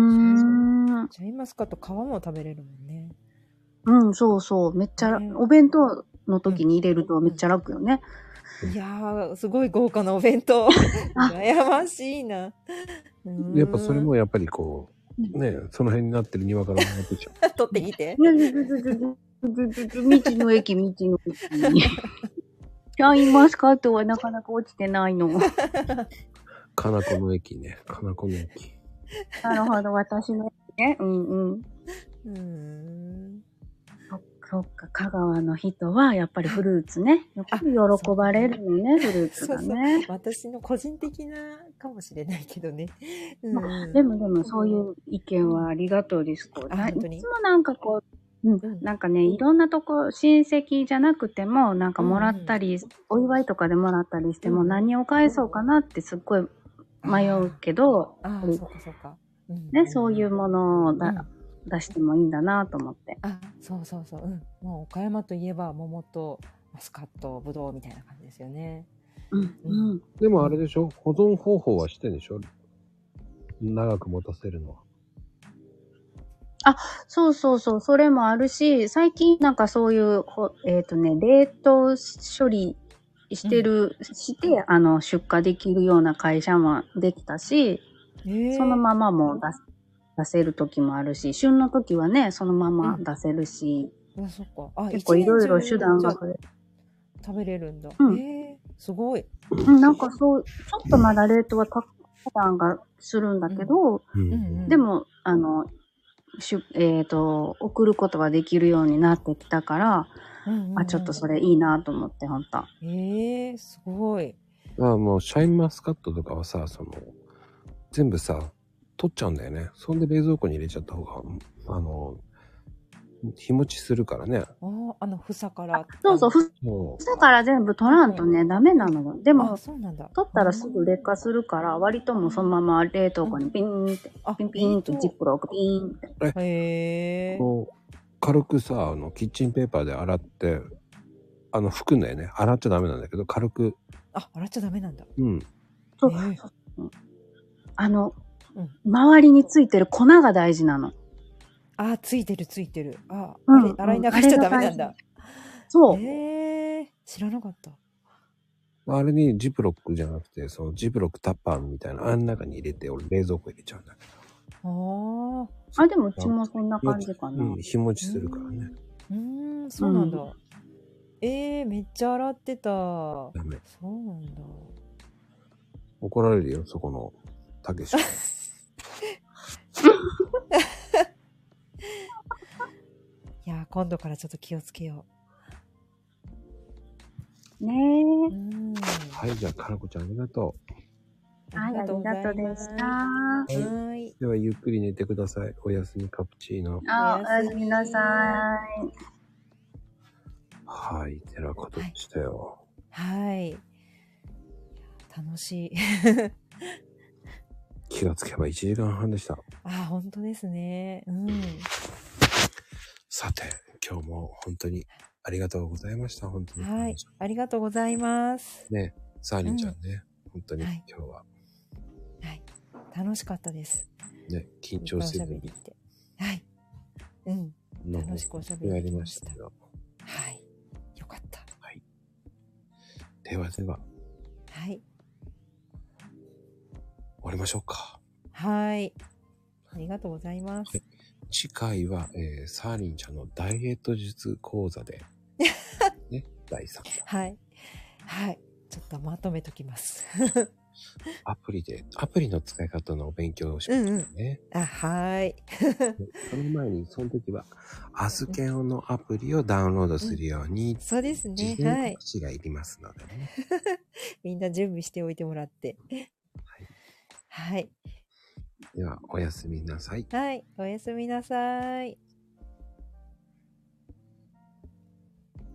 Speaker 9: ん。
Speaker 2: シャインマスカット皮も食べれるもんね
Speaker 9: うん、そうそう。めっちゃ、
Speaker 2: ね
Speaker 9: お弁当の時に入れるとめっちゃ楽よね。
Speaker 2: いやーすごい豪華なお弁当羨ましいな
Speaker 1: で やっぱそれもやっぱりこう、
Speaker 9: うん
Speaker 1: ね、その辺になってる庭からもらってきちゃう。
Speaker 2: うーん取ってきて
Speaker 9: 未知の駅、未知の駅。 シャインマスカットはなかなか落ちてない の。
Speaker 1: 金子の駅ね、 金子の駅。
Speaker 9: なるほど、私の駅ね。うんうん。
Speaker 2: うーん
Speaker 9: そっか、香川の人はやっぱりフルーツね。やっぱり喜ばれるのね、フルーツ
Speaker 2: そう
Speaker 9: が
Speaker 2: そう
Speaker 9: ね。
Speaker 2: 私の個人的なかもしれないけどね、うん
Speaker 9: まあ、でもでもそういう意見はありがとうです。こう
Speaker 2: あ
Speaker 9: な
Speaker 2: 本当に
Speaker 9: いつもなんかこう、うん
Speaker 2: うん
Speaker 9: なんかね、いろんなとこ、親戚じゃなくても、なんかもらったり、お祝いとかでもらったりしても、
Speaker 2: うん
Speaker 9: 何を返そうかなってすっごい迷うけど、
Speaker 2: ああそうかそうか、うん
Speaker 9: ね、そういうものをだ、
Speaker 2: うん
Speaker 9: 出してもいいんだなと思って。
Speaker 2: あそうそうそう、うん、もう岡山といえば桃とマスカットぶどうみたいな感じですよね
Speaker 9: うん、
Speaker 2: う
Speaker 9: うん。
Speaker 1: でもあれでしょ保存方法はしてんでしょ長く持たせるのは。
Speaker 9: そうそうそう、それもあるし、最近なんかそういう、ほえっ、とね、冷凍処理してる、して、あの、出荷できるような会社もできたし、そのままもう出す出せる時もあるし、旬の時はね、そのまま出せるし、
Speaker 2: まそっかあ
Speaker 9: 結構いろいろ
Speaker 2: 一年中
Speaker 9: 手段が
Speaker 2: じゃあ食べれるんだ、
Speaker 9: うん
Speaker 2: えー、すごい
Speaker 9: うん、なんかそう、ちょっとまだ冷凍はた手段がするんだけど、
Speaker 1: うん
Speaker 2: うん
Speaker 9: でも、あの、しゅえっ、と、送ることができるようになってきたから、あ、ちょっとそれいいなと思って、ほんと。
Speaker 2: えー、すごい
Speaker 1: だからもうシャインマスカットとかはさ、その、全部さ、取っちゃうんだよね。そんで冷蔵庫に入れちゃった方が、あの、日持ちするからね。
Speaker 2: あーあの房から
Speaker 9: そうそう、ふ
Speaker 1: も
Speaker 9: だから全部取らんとね、ダメなのよ。で
Speaker 2: で
Speaker 9: も
Speaker 2: あ、そうなんだ
Speaker 9: 取ったらすぐ劣化するから、割ともうそのまま冷凍庫にピンって、
Speaker 2: あ
Speaker 9: ピンピンってジップロックピン
Speaker 1: う、
Speaker 2: へ
Speaker 9: って。
Speaker 2: え
Speaker 1: こう軽くさ、あの、キッチンペーパーで洗って、あの、拭くんだよね。洗っちゃダメなんだけど、軽く、
Speaker 2: あ洗っちゃダメなんだ
Speaker 1: うん。
Speaker 9: そう
Speaker 2: えー
Speaker 9: あの
Speaker 2: うん、
Speaker 9: 周りについてる粉が大事なの。
Speaker 2: あーついてるついてるあー、
Speaker 9: うん
Speaker 2: あれ洗い流しちゃダメなんだ、
Speaker 9: そう。
Speaker 2: えー、知らなかった
Speaker 1: あれにジプロックじゃなくて、そのジプロックタッパーみたいな、あん中に入れて、俺冷蔵庫入れちゃうんだけ
Speaker 2: あー
Speaker 9: あ、でもうちもそんな感じ
Speaker 1: ど。
Speaker 9: かな。
Speaker 1: うん、日持ちするからね。
Speaker 2: うーん、そうなんだ。
Speaker 9: う
Speaker 2: えー、めっちゃ洗ってた。そ
Speaker 1: ダメ。
Speaker 2: うなんだ。
Speaker 1: 怒られるよ、そこの、た けし。
Speaker 2: いやー、今度からちょっと気をつけよう。う
Speaker 9: ね
Speaker 2: ーん。
Speaker 1: はい、じゃあ、かなこちゃんありがと
Speaker 9: え。はい、ありがとうでし
Speaker 2: は
Speaker 9: た。
Speaker 1: う。
Speaker 2: ーい。
Speaker 1: では、ゆっくり寝てください。おやすみカプチーノ。
Speaker 9: あ、お
Speaker 2: おや
Speaker 9: や
Speaker 2: す
Speaker 9: す
Speaker 2: み
Speaker 9: みなさい。
Speaker 1: はい、てなことでしたよ。
Speaker 2: はい。楽しい。
Speaker 1: 気がつけば1時間半でした。
Speaker 2: あー、本当ですね。うん。
Speaker 1: さて、今日も本当にありがとうございました。本当に。
Speaker 2: はい。ありがとうございます。
Speaker 1: ね、サーリンちゃんね、本当に
Speaker 2: はい
Speaker 1: 今日は
Speaker 2: 楽しかったです。
Speaker 1: ね、緊
Speaker 2: いっ
Speaker 1: 張
Speaker 2: ぱいお
Speaker 1: せ
Speaker 2: し
Speaker 1: ず
Speaker 2: ゃべり
Speaker 1: に
Speaker 2: できて。はい。うん。
Speaker 1: の
Speaker 2: 楽しくおしゃべ
Speaker 1: や
Speaker 2: り
Speaker 1: り
Speaker 2: でき
Speaker 1: ま
Speaker 2: ま
Speaker 1: し
Speaker 2: したた。
Speaker 1: よ。
Speaker 2: はい。よかった。
Speaker 1: ではでは、
Speaker 2: はい。
Speaker 1: 終わりましょうか。
Speaker 2: はい。ありがとうございます。
Speaker 1: 次回は、えー、サーリンちゃんのダイエット術講座 で、ね、第3弾。
Speaker 2: はい。はい。ちょっとまとめときます。
Speaker 1: アプリで、アプリの使い方のお勉強をしましたね。
Speaker 2: あ、はい。
Speaker 1: その前に、その時は、アスケオのアプリをダウンロードするように、
Speaker 2: そうです
Speaker 1: 事
Speaker 2: ね。は
Speaker 1: 前
Speaker 2: い
Speaker 1: 告。知がいりますのでね。
Speaker 2: みんな準備しておいてもらって。はい。
Speaker 1: では、おやすみなさい。
Speaker 2: はい。おやすみなさい。